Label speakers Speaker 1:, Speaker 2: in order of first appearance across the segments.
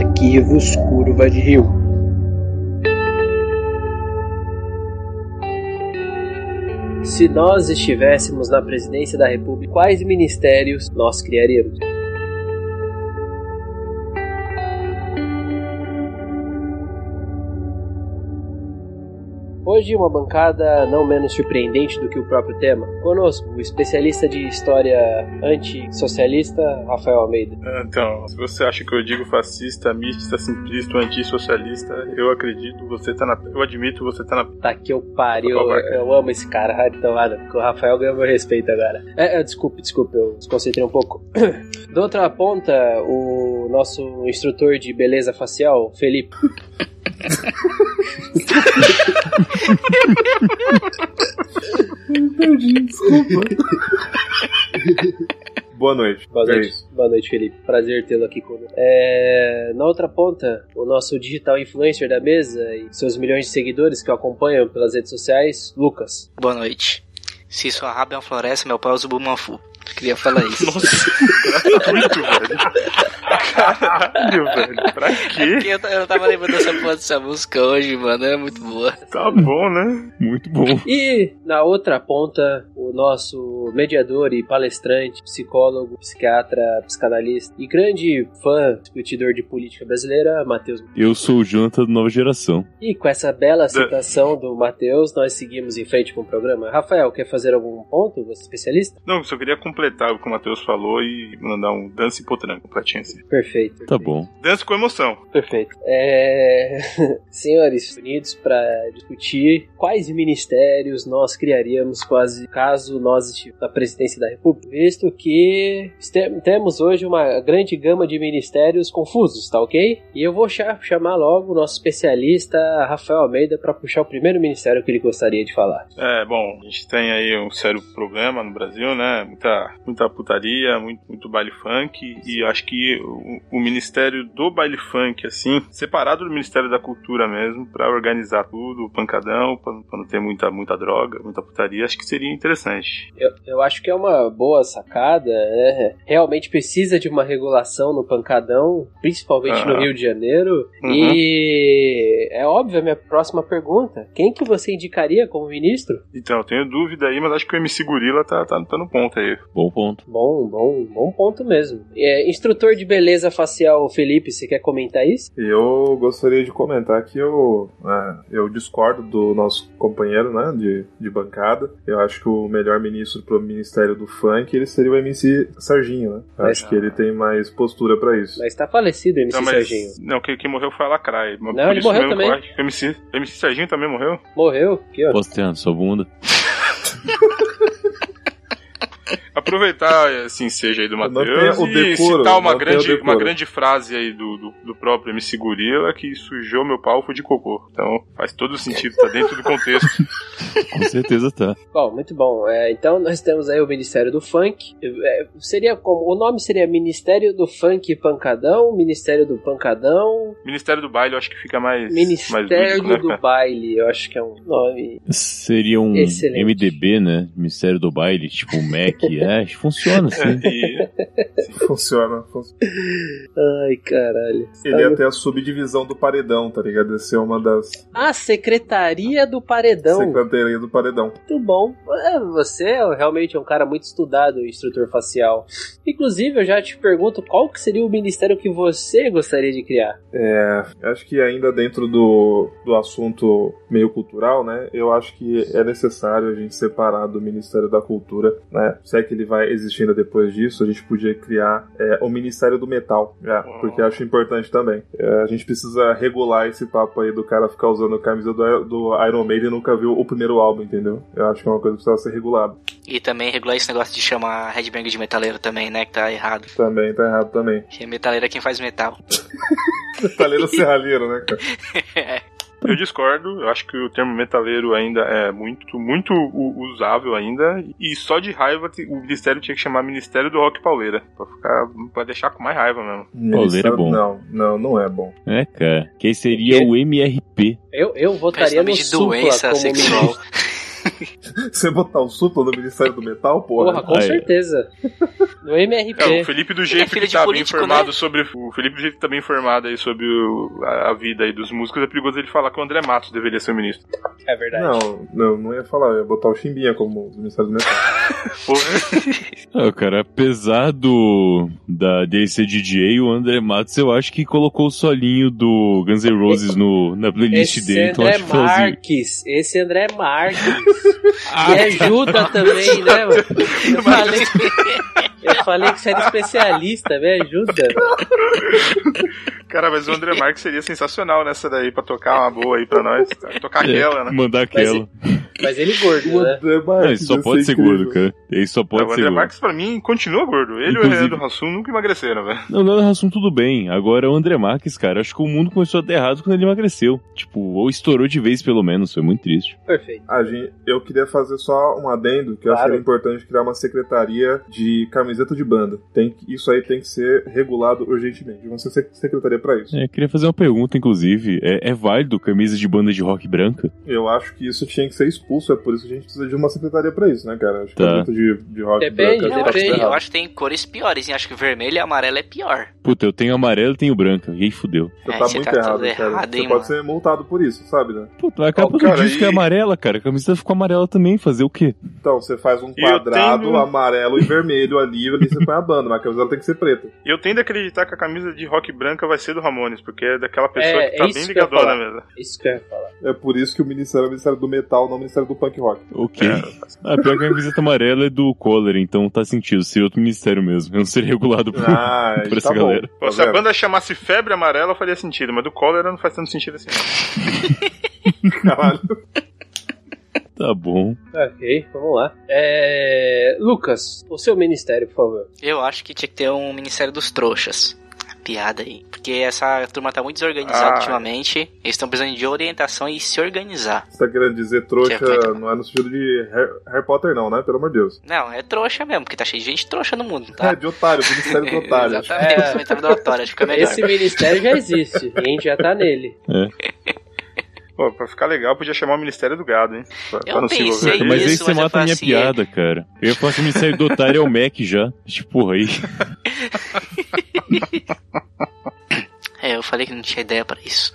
Speaker 1: esquivos curvas de rio.
Speaker 2: Se nós estivéssemos na presidência da República, quais ministérios nós criaríamos? Hoje, uma bancada não menos surpreendente do que o próprio tema. Conosco, o especialista de história antissocialista, Rafael Almeida.
Speaker 3: Então, se você acha que eu digo fascista, mista, simplista, antissocialista, eu acredito, você tá na. Eu admito, você tá na.
Speaker 2: Tá que eu pariu,
Speaker 3: Tá bom,
Speaker 2: eu,
Speaker 3: vai.
Speaker 2: eu amo esse cara, vai tomar no cu. O Rafael ganhou meu respeito agora. É, é, desculpe, desculpe, eu desconcentrei um pouco. Da outra ponta, o nosso instrutor de beleza facial, Felipe.
Speaker 3: Boa noite.
Speaker 2: Boa
Speaker 3: É
Speaker 2: noite,
Speaker 3: isso.
Speaker 2: boa noite Felipe. Prazer tê-lo aqui conosco. É, na outra ponta, o nosso digital influencer da mesa e seus milhões de seguidores que o acompanham pelas redes sociais, Lucas.
Speaker 4: Boa noite. Se sua raba é uma floresta, meu pau é o Zubumanfu. Queria falar isso.
Speaker 3: Gratuito, velho. Caralho, velho. Pra quê?
Speaker 4: eu, eu tava lembrando dessa porra dessa música hoje, mano. É muito boa.
Speaker 3: Tá bom, né?
Speaker 5: Muito bom.
Speaker 2: E na outra ponta, o nosso mediador e palestrante, psicólogo, psiquiatra, psicanalista e grande fã, discutidor de política brasileira, Matheus.
Speaker 5: Eu sou o Jonathan da nova geração.
Speaker 2: E com essa bela citação do Matheus, nós seguimos em frente com o programa. Rafael, quer fazer algum ponto? Você é especialista?
Speaker 3: Não, só queria completar o que o Matheus falou e mandar um dance potranco, platinho assim.
Speaker 2: Perfeito.
Speaker 5: Tá bom.
Speaker 3: Dance com emoção.
Speaker 2: Perfeito. É... Senhores, unidos para discutir quais ministérios nós criaríamos quase caso nós estivéssemos na presidência da República, visto que este- temos hoje uma grande gama de ministérios confusos, tá ok? E eu vou cha- chamar logo o nosso especialista Rafael Almeida para puxar o primeiro ministério que ele gostaria de falar.
Speaker 3: É, bom, a gente tem aí um sério problema no Brasil, né? Muita, muita putaria, muito, muito baile funk. E acho que o, o Ministério do Baile Funk, assim, separado do Ministério da Cultura mesmo, pra organizar tudo, o pancadão, pra, pra não ter muita, muita droga, muita putaria, acho que seria interessante.
Speaker 2: Eu, eu acho que é uma boa sacada. né? Realmente precisa de uma regulação no pancadão, principalmente no
Speaker 3: Ah.
Speaker 2: Rio de Janeiro.
Speaker 3: Uhum.
Speaker 2: E é óbvio a minha próxima pergunta: quem que você indicaria como ministro?
Speaker 3: Então, eu tenho dúvida aí, mas acho que o MC Gorila tá, tá, tá no ponto aí.
Speaker 5: Bom ponto.
Speaker 2: Bom, bom, bom ponto mesmo. É, instrutor de beleza facial Felipe, você quer comentar isso?
Speaker 6: Eu gostaria de comentar que eu, ah, eu discordo do nosso companheiro né, de, de bancada. Eu acho que o melhor ministro para o Ministério do Funk ele seria o MC Sarginho. Né? Eu
Speaker 2: Mas-
Speaker 6: acho que ele tem mais postura para isso.
Speaker 2: Mas tá falecido, MC
Speaker 3: Não, mas.
Speaker 2: Serginho.
Speaker 3: Não, quem, quem morreu foi a Lacraia. Mas
Speaker 2: Não,
Speaker 3: por
Speaker 2: ele
Speaker 3: isso
Speaker 2: morreu
Speaker 3: mesmo que eu
Speaker 2: também.
Speaker 3: acho que o MC, o MC Serginho também morreu?
Speaker 2: Morreu? Que ó.
Speaker 5: Posso ter na sua bunda?
Speaker 3: aproveitar assim seja aí do Matheus
Speaker 6: Mantenha o
Speaker 3: e
Speaker 6: decoro,
Speaker 3: citar uma
Speaker 6: mantenha o
Speaker 3: grande,
Speaker 6: decoro.
Speaker 3: uma grande frase aí do, do, do próprio MC Gorila que sujou meu palco de cocô. Então faz todo sentido, tá dentro do contexto.
Speaker 5: Com certeza tá.
Speaker 2: Bom, muito bom. É, então nós temos aí o Ministério do Funk. É, seria como o nome seria Ministério do Funk Pancadão, Ministério do Pancadão,
Speaker 3: Ministério do Baile eu acho que fica
Speaker 2: né,
Speaker 3: mais. mais
Speaker 2: Ministério
Speaker 3: lúdico, né,
Speaker 2: do
Speaker 3: cara?
Speaker 2: Baile, eu acho que é um nome.
Speaker 5: Seria um
Speaker 2: Excelente.
Speaker 5: MDB, né? Ministério do Baile, tipo Mac. é, acho que funciona assim.
Speaker 3: É, e-
Speaker 6: Funciona, funciona.
Speaker 2: Ai, caralho.
Speaker 6: Ele é até a subdivisão do Paredão, tá ligado? Essa é uma das
Speaker 2: Ah, Secretaria do Paredão.
Speaker 6: secretarias do Paredão.
Speaker 2: Muito bom. É, Você é realmente um cara muito estudado, instrutor facial. Inclusive, eu já te pergunto qual que seria o ministério que você gostaria de criar.
Speaker 6: Acho que ainda dentro do, do assunto meio cultural, né? Eu acho que é necessário a gente separar do Ministério da Cultura, né? Se é que ele vai existir ainda depois disso, a gente podia criar é, o Ministério do Metal, já, porque eu acho importante também. É, a gente precisa regular esse papo aí do cara ficar usando a camisa do, do Iron Maiden e nunca viu o primeiro álbum, entendeu? Eu acho que é uma coisa que precisa ser regulada.
Speaker 4: E também regular esse negócio de chamar headbang de metaleiro também, né? Que tá errado.
Speaker 6: Também, tá errado também.
Speaker 4: Porque metaleiro é quem faz metal.
Speaker 6: Taleiro Serralheiro, né, cara?
Speaker 5: Tá.
Speaker 3: Eu discordo, eu acho que o termo metaleiro ainda é muito, muito u- usável ainda, e só de raiva te- o ministério tinha que chamar Ministério do Rock Pauleira, pra ficar, pra deixar com mais raiva mesmo.
Speaker 5: Pauleira é bom.
Speaker 6: Não, não, não é bom.
Speaker 5: É, cara. Que aí seria o MRP.
Speaker 2: Eu, eu
Speaker 4: Parece
Speaker 2: votaria no
Speaker 4: nome de
Speaker 2: Supla
Speaker 4: doença
Speaker 2: como
Speaker 4: sexual.
Speaker 6: Você botar o supla no Ministério do Metal,
Speaker 2: Porra, com
Speaker 5: Aí.
Speaker 2: certeza. No MRP.
Speaker 3: É, o Felipe do
Speaker 4: Ele é
Speaker 3: jeito
Speaker 4: filho
Speaker 3: que
Speaker 4: de
Speaker 3: tá bem
Speaker 4: político,
Speaker 3: informado
Speaker 4: né?
Speaker 3: sobre. O Felipe do jeito que tá bem informado aí sobre o- a, a vida aí dos músicos, é perigoso ele falar que o André Matos deveria ser o ministro.
Speaker 2: É verdade.
Speaker 6: Não, não, não ia falar, eu ia botar o Chimbinha como o Ministério do Metal.
Speaker 3: Porra,
Speaker 5: Ah, cara, apesar do da dele ser DJ, o André Matos eu acho que colocou o solinho do Guns N' Roses no, na playlist
Speaker 2: Esse
Speaker 5: dele, então
Speaker 2: André
Speaker 5: acho que foi assim.
Speaker 2: Marques, esse André Marques,
Speaker 5: Ah,
Speaker 2: me ajuda também, né, mano? Eu falei, eu falei que você era especialista, me ajuda.
Speaker 3: cara, mas o André Marques seria sensacional nessa daí pra tocar uma boa aí pra nós. Tocar
Speaker 5: É,
Speaker 3: aquela, né?
Speaker 5: Mandar aquela.
Speaker 2: Mas ele gordo,
Speaker 6: O
Speaker 2: né?
Speaker 4: É.
Speaker 6: André
Speaker 5: Não, ele
Speaker 6: Marques,
Speaker 5: só
Speaker 6: ia
Speaker 5: pode
Speaker 6: é ser
Speaker 5: ser
Speaker 6: incrível.
Speaker 5: gordo, cara. Ele só pode
Speaker 3: o
Speaker 5: ser
Speaker 3: André
Speaker 5: gordo.
Speaker 3: Marques, pra mim, continua gordo. Ele e o
Speaker 5: Inclusive-
Speaker 3: Renan Rassum nunca emagreceram, velho.
Speaker 5: Não, não, Rassum, tudo bem. Agora é o André Marques, cara, acho que o mundo começou a dar errado quando ele emagreceu. Tipo, ou estourou de vez, pelo menos. Foi muito triste.
Speaker 2: Perfeito.
Speaker 6: A gente, eu queria fazer só um adendo, que eu acho
Speaker 2: Claro.
Speaker 6: que era importante criar uma secretaria de camiseta de banda. Tem que- isso aí tem que ser regulado urgentemente. Vamos ter sec- secretaria pra isso.
Speaker 5: É, queria fazer uma pergunta, inclusive. É, é válido camisa de banda de rock branca?
Speaker 6: Eu acho que isso tinha que ser expulso, é por isso que a gente precisa de uma secretaria pra isso, né, cara? Acho que
Speaker 5: Tá.
Speaker 6: camiseta de, de rock
Speaker 2: Depende,
Speaker 6: branca,
Speaker 4: Eu
Speaker 6: tá
Speaker 4: acho,
Speaker 2: depende.
Speaker 6: tudo
Speaker 4: eu
Speaker 6: errado.
Speaker 4: acho que tem cores piores, hein? Acho que vermelho e amarelo é pior.
Speaker 5: Puta, eu tenho amarelo e tenho branca. E aí fudeu.
Speaker 6: Você
Speaker 4: É,
Speaker 6: tá
Speaker 4: você
Speaker 6: muito
Speaker 4: tá
Speaker 6: errado,
Speaker 4: tudo
Speaker 6: cara.
Speaker 4: errado,
Speaker 6: você
Speaker 4: hein,
Speaker 6: pode
Speaker 4: mano.
Speaker 6: ser multado por isso, sabe, né?
Speaker 5: Puta, a capa
Speaker 3: Ó, cara,
Speaker 5: do disco
Speaker 3: e-
Speaker 5: é amarela, cara. A camiseta ficou amarela também. Fazer o quê?
Speaker 6: Então, você faz um
Speaker 3: Eu
Speaker 6: quadrado
Speaker 3: tenho-
Speaker 6: amarelo e vermelho ali, ali você põe a banda, mas a camiseta tem que ser preta.
Speaker 3: Eu tendo a acreditar que a camisa de rock branca vai ser do Ramones, porque é daquela pessoa
Speaker 2: É,
Speaker 3: que
Speaker 2: é
Speaker 3: tá
Speaker 2: isso
Speaker 3: bem
Speaker 2: que eu ia
Speaker 3: ligadona
Speaker 2: falar.
Speaker 3: mesmo.
Speaker 2: Isso que eu ia falar.
Speaker 6: É por isso que o Ministério é o Ministério do Metal, não o Ministério do Punk Rock.
Speaker 5: Ok.
Speaker 3: É.
Speaker 5: A Ah, pior que a camiseta amarela é do Collor, então tá sentido. Seria outro ministério mesmo. Eu não seria regulado por,
Speaker 6: Ah,
Speaker 5: por
Speaker 6: aí
Speaker 5: essa
Speaker 6: tá bom.
Speaker 5: galera.
Speaker 3: Pô,
Speaker 6: Tá
Speaker 3: se a
Speaker 6: vendo?
Speaker 3: banda chamasse Febre Amarela, faria sentido, mas do Cólera não faz tanto sentido assim.
Speaker 6: Caralho.
Speaker 5: Tá bom.
Speaker 2: Ok, vamos lá. É, Lucas, o seu ministério, por favor.
Speaker 4: Eu acho que tinha que ter um Ministério dos Trouxas. Piada aí. Porque essa turma tá muito desorganizada
Speaker 3: Ah.
Speaker 4: ultimamente. Eles estão precisando de orientação e se organizar.
Speaker 6: Você tá querendo dizer
Speaker 4: Que é
Speaker 6: trouxa,
Speaker 4: feito.
Speaker 6: não é no sentido de Harry, Harry Potter, não, né? Pelo amor de Deus.
Speaker 4: Não, é trouxa mesmo, porque tá cheio de gente trouxa no mundo, tá?
Speaker 6: É, de otário, do Ministério do Otário.
Speaker 4: Exatamente,
Speaker 2: É.
Speaker 4: o comentário da Otário, acho que fica melhor.
Speaker 2: Esse ministério já existe, a gente já tá nele.
Speaker 3: Pô, pra ficar legal, podia chamar o Ministério do Gado, hein? Pra,
Speaker 4: Eu
Speaker 3: pra não se
Speaker 4: pensei
Speaker 3: envolver.
Speaker 5: Mas
Speaker 4: isso,
Speaker 5: aí você
Speaker 4: mas eu
Speaker 5: mata
Speaker 4: falo
Speaker 5: a minha
Speaker 4: assim,
Speaker 5: piada, cara. Eu faço o ministério do otário é o Mac já. Tipo, porra, aí.
Speaker 4: É, eu falei que não tinha ideia pra isso.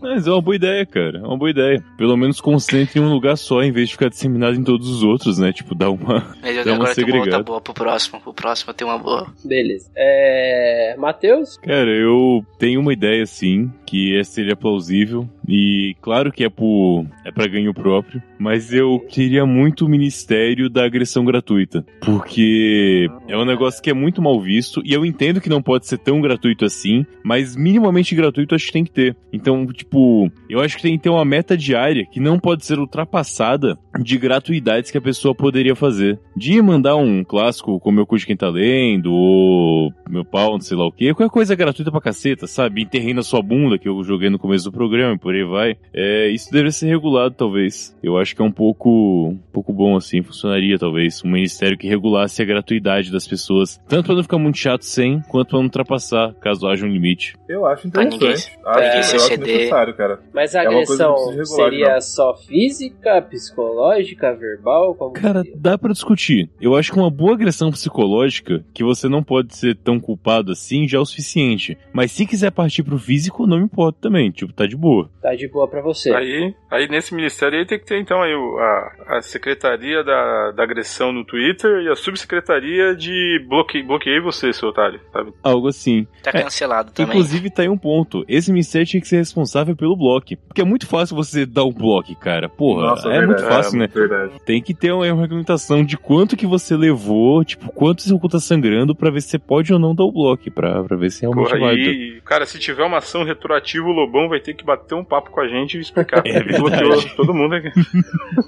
Speaker 5: Mas é uma boa ideia, cara. É uma boa ideia. Pelo menos concentre em um lugar só, em vez de ficar disseminado em todos os outros, né? Tipo, dá uma.
Speaker 4: Mas eu
Speaker 5: Dá
Speaker 4: agora tem
Speaker 5: uma
Speaker 4: uma outra
Speaker 5: segregada.
Speaker 4: boa pro próximo. Pro próximo eu tenho uma boa.
Speaker 2: Beleza. É, Matheus?
Speaker 5: Cara, eu tenho uma ideia sim, que essa seria plausível. E claro que é por. é pra ganho próprio. Mas eu queria muito o Ministério da Agressão Gratuita. Porque é um negócio que é muito mal visto. E eu entendo que não pode ser tão gratuito assim. Mas minimamente gratuito acho que tem que ter. Então, tipo, eu acho que tem que ter uma meta diária que não pode ser ultrapassada de gratuidades que a pessoa poderia fazer. De mandar um clássico como Meu Cu de Quem Tá Lendo, ou Meu Pau, não sei lá o quê. Qualquer coisa gratuita pra caceta, sabe? Enterrando a sua bunda, que eu joguei no começo do programa e por aí vai. É, isso deveria ser regulado, talvez. Eu acho que é um pouco, um pouco bom, assim, funcionaria, talvez. Um ministério que regulasse a gratuidade das pessoas. Tanto pra não ficar muito chato sem, quanto pra não ultrapassar, caso haja um limite.
Speaker 6: Eu acho
Speaker 4: Pra ninguém-
Speaker 6: interessante.
Speaker 4: pra
Speaker 6: acho,
Speaker 4: ninguém se
Speaker 6: eu acho
Speaker 4: exceder.
Speaker 6: necessário, cara.
Speaker 2: Mas a
Speaker 6: É uma coisa que
Speaker 2: agressão
Speaker 6: não precisa regular,
Speaker 2: seria
Speaker 6: não.
Speaker 2: só física, psicológica, verbal? Como
Speaker 5: Cara,
Speaker 2: que-
Speaker 5: dá pra discutir. Eu acho que uma boa agressão psicológica, que você não pode ser tão culpado assim, já é o suficiente. Mas se quiser partir pro físico, não me importa também. Tipo, tá de boa.
Speaker 2: tá de boa pra você.
Speaker 3: Aí, aí nesse ministério aí tem que ter então aí o- a, a secretaria da, da agressão no Twitter e a subsecretaria de bloque, bloqueei você, seu otário, sabe?
Speaker 5: Algo assim.
Speaker 4: Tá
Speaker 5: É,
Speaker 4: cancelado também.
Speaker 5: Inclusive, tá aí um ponto. Esse ministério tinha que ser responsável pelo bloco. Porque é muito fácil você dar um bloco, cara. Porra, é
Speaker 6: verdade.
Speaker 5: muito fácil,
Speaker 6: É,
Speaker 5: né?
Speaker 6: Verdade.
Speaker 5: Tem que ter uma, uma regulamentação de quanto que você levou, tipo, quanto seu cu tá sangrando pra ver se você pode ou não dar o bloco, pra, pra ver se realmente
Speaker 3: Porra,
Speaker 5: vai.
Speaker 3: e, e, cara, se tiver uma ação retroativa, o Lobão vai ter que bater um papo com a gente e explicar.
Speaker 5: É
Speaker 3: Ele bloqueou todo mundo aqui.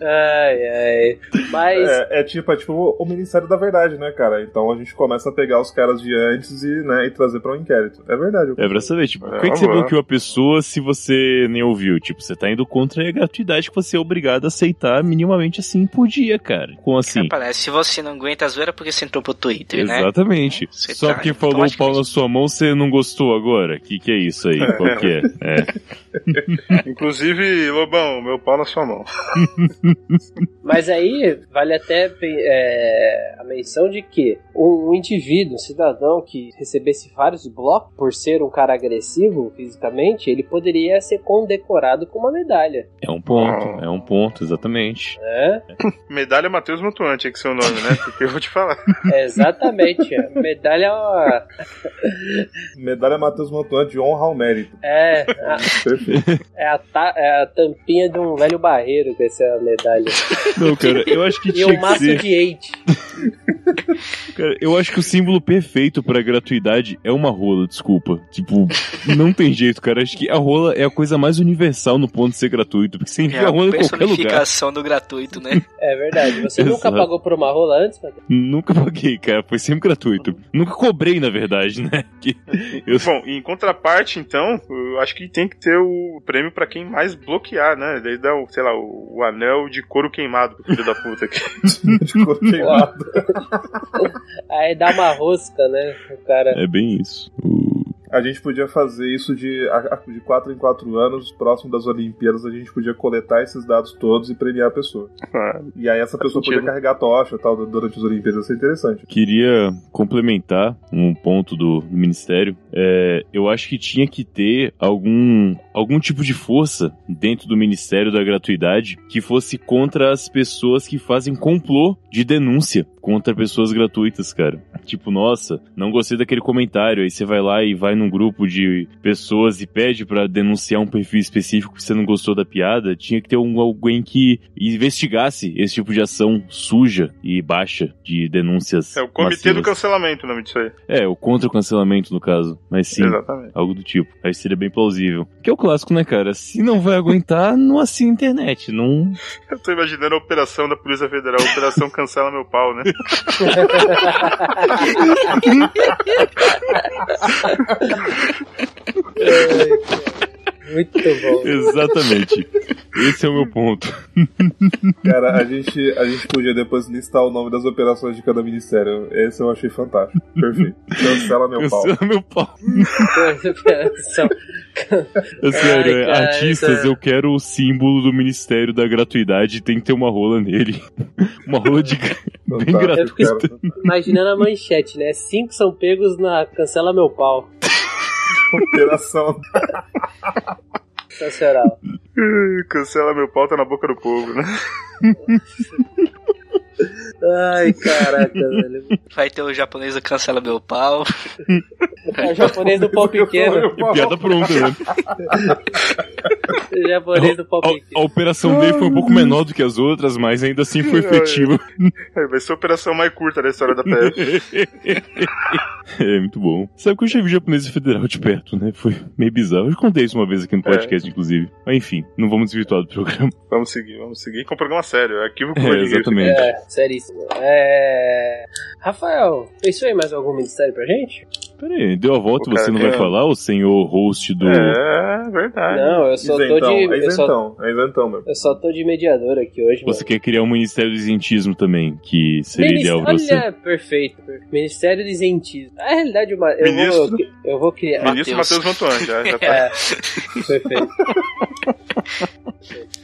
Speaker 2: Ai, ai. Mas
Speaker 6: É, é tipo, é tipo o Ministério da Verdade, né, cara? Então a gente começa a pegar os caras de antes e, né, e trazer pra um inquérito. É verdade.
Speaker 5: É pra saber, tipo,
Speaker 3: É,
Speaker 5: por que, que
Speaker 3: vamos
Speaker 5: você
Speaker 3: lá.
Speaker 5: bloqueou a pessoa se você nem ouviu? Tipo, você tá indo contra a gratuidade que você é obrigado a aceitar minimamente assim por dia, cara. Com assim.
Speaker 4: Cara, parece, se você não aguenta a zoeira, porque você entrou pro Twitter, né?
Speaker 5: Exatamente.
Speaker 4: Você
Speaker 5: Só
Speaker 4: tá
Speaker 5: porque falou o pau na
Speaker 4: automaticamente-
Speaker 5: sua mão, você não gostou agora. Que que é isso aí? Qual que é? É.
Speaker 3: Inclusive, Lobão, meu pau na sua mão.
Speaker 2: Mas aí vale até pe- é, a menção de que um indivíduo, um cidadão que recebesse vários blocos por ser um cara agressivo fisicamente, ele poderia ser condecorado com uma medalha,
Speaker 5: É um ponto, é um ponto, exatamente.
Speaker 2: né?
Speaker 3: Medalha Matheus Mutuante, é que seu nome, né? Porque eu vou te falar.
Speaker 2: É, exatamente. A medalha é uma-
Speaker 6: Medalha Matheus Mantuante de honra ao mérito.
Speaker 2: é, a,
Speaker 6: Perfeito.
Speaker 2: é, a ta- é a tampinha de um velho barreiro com essa medalha.
Speaker 5: Não, cara, eu acho que
Speaker 2: E
Speaker 5: tinha
Speaker 2: um
Speaker 5: que
Speaker 2: maço
Speaker 5: ser.
Speaker 2: de eite.
Speaker 5: Cara, eu acho que o símbolo perfeito pra gratuidade é uma rola, desculpa. Tipo, não tem jeito, cara. Acho que a rola é a coisa mais universal no ponto de ser gratuito, porque você
Speaker 4: É
Speaker 5: envia
Speaker 4: a
Speaker 5: a rola em qualquer lugar.
Speaker 4: personificação do gratuito, né?
Speaker 2: É verdade. Você nunca
Speaker 5: Exato.
Speaker 2: pagou por uma rola antes, Matheus?
Speaker 5: Nunca paguei, cara. Foi sempre gratuito. Nunca cobrei, na verdade, né? Que eu...
Speaker 3: Bom, em contraparte, então, eu acho que tem que ter o prêmio pra quem mais bloquear, né? Daí dá, o, sei lá, o, o anel de couro queimado pro filho da puta aqui.
Speaker 6: De cor queimada.
Speaker 2: Aí dá uma rosca, né? O cara.
Speaker 5: É bem isso. O-
Speaker 6: A gente podia fazer isso de, a- a- de 4 em 4 anos, próximo das Olimpíadas, a gente podia coletar esses dados todos e premiar a pessoa.
Speaker 3: Ah,
Speaker 6: E aí essa pessoa podia
Speaker 3: sentido.
Speaker 6: carregar tocha e tal durante as Olimpíadas, isso é interessante.
Speaker 5: Queria complementar um ponto do, do Ministério. É, eu acho que tinha que ter algum, algum tipo de força dentro do Ministério da Gratuidade que fosse contra as pessoas que fazem complô de denúncia contra pessoas gratuitas, cara. Tipo, nossa, não gostei daquele comentário. Aí você vai lá e vai num grupo de pessoas e pede pra denunciar um perfil específico que você não gostou da piada. Tinha que ter um, alguém que investigasse esse tipo de ação suja e baixa de denúncias.
Speaker 3: É o comitê do
Speaker 5: cancelamento.
Speaker 3: cancelamento o nome disso aí.
Speaker 5: É, o contra o cancelamento, no caso. Mas sim.
Speaker 3: Exatamente.
Speaker 5: Algo do tipo. Aí seria bem plausível. Que é o clássico, né, cara? Se não vai aguentar, não assina a internet. Não.
Speaker 3: Eu tô imaginando a operação da Polícia Federal, a operação cancela meu pau, né?
Speaker 2: Muito bom.
Speaker 5: Exatamente. Esse é o meu ponto.
Speaker 6: Cara, a gente, a gente podia depois listar o nome das operações de cada ministério. Esse eu achei fantástico. Perfeito. Cancela meu É pau.
Speaker 5: Cancela é meu pau.
Speaker 2: São-
Speaker 5: É sério,
Speaker 2: Ai,
Speaker 5: é,
Speaker 2: cara,
Speaker 5: artistas,
Speaker 2: essa-
Speaker 5: eu quero o símbolo do Ministério da Gratuidade. Tem que ter uma rola nele. Uma rola de. gra- bem
Speaker 6: Fantástico,
Speaker 5: gratuito.
Speaker 6: cara.
Speaker 2: Imaginando a manchete, né? Cinco são pegos na Cancela Meu Pau.
Speaker 6: Operação.
Speaker 2: Sensacional.
Speaker 3: Cancela meu pau, tá na boca do povo, né?
Speaker 2: Ai, caraca, velho.
Speaker 4: Vai ter o japonês do cancela meu pau.
Speaker 2: É o japonês do pau pequeno.
Speaker 6: Meu pau.
Speaker 5: Piada pronta, né?
Speaker 2: O japonês do pau
Speaker 5: A, a
Speaker 2: pequeno.
Speaker 5: operação dele foi um pouco menor do que as outras, mas ainda assim foi efetiva.
Speaker 3: Aí Vai ser a operação mais curta da história da PF.
Speaker 5: É, muito bom. Sabe que eu já vi japonesa federal de perto, né? Foi meio bizarro. Eu já contei isso uma vez aqui no podcast, inclusive. Mas enfim, não vamos desvirtuar do programa.
Speaker 3: Vamos seguir, vamos seguir com o programa sério. Arquivo
Speaker 5: É,
Speaker 3: Coringa.
Speaker 5: exatamente.
Speaker 2: É, seríssimo. É... Rafael, pensou em mais algum ministério pra gente?
Speaker 5: Pera aí, deu a volta,
Speaker 3: Pô, cara,
Speaker 5: você não vai
Speaker 3: eu-
Speaker 5: falar, o senhor host do...
Speaker 3: É, verdade.
Speaker 2: Não, eu só tô
Speaker 6: Isentão,
Speaker 2: de.
Speaker 6: é
Speaker 2: Eu só,
Speaker 6: isentão, é isentão mesmo.
Speaker 2: eu só tô de mediador aqui hoje.
Speaker 5: Você
Speaker 2: mano.
Speaker 5: quer criar um ministério do isentismo também, que seria
Speaker 2: Minis-
Speaker 5: ideal pra você.
Speaker 2: Olha, é perfeito. Ministério do Isentismo. Na realidade, uma- eu, vou,
Speaker 3: Ministro.
Speaker 2: eu vou criar.
Speaker 3: Ministro Matheus Mantuan, já, já tá.
Speaker 2: É, perfeito.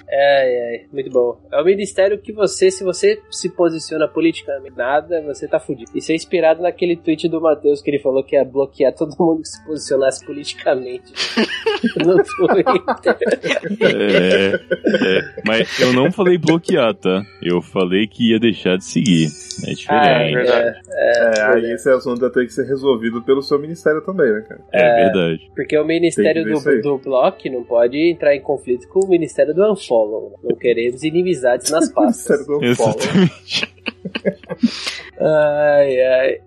Speaker 2: É, é, muito bom. É um ministério que você, se você se posiciona politicamente nada, você tá fudido. Isso é inspirado naquele tweet do Matheus que ele falou que ia bloquear todo mundo que se posicionasse politicamente no Twitter.
Speaker 5: É, é. Mas eu não falei bloquear, tá? Eu falei que ia deixar de seguir. É
Speaker 2: Ah,
Speaker 5: diferente.
Speaker 3: verdade.
Speaker 6: É, aí esse assunto vai ter que ser resolvido pelo seu ministério também, né, cara?
Speaker 5: É, verdade.
Speaker 2: Porque o Ministério
Speaker 6: Tem que ver isso
Speaker 2: do,
Speaker 6: aí.
Speaker 2: do Block não pode entrar em conflito com o Ministério do Unfollow. né? Não queremos inimizades nas pastas.
Speaker 6: Ministério do Paulo.
Speaker 5: Exatamente.
Speaker 2: Ai, ai.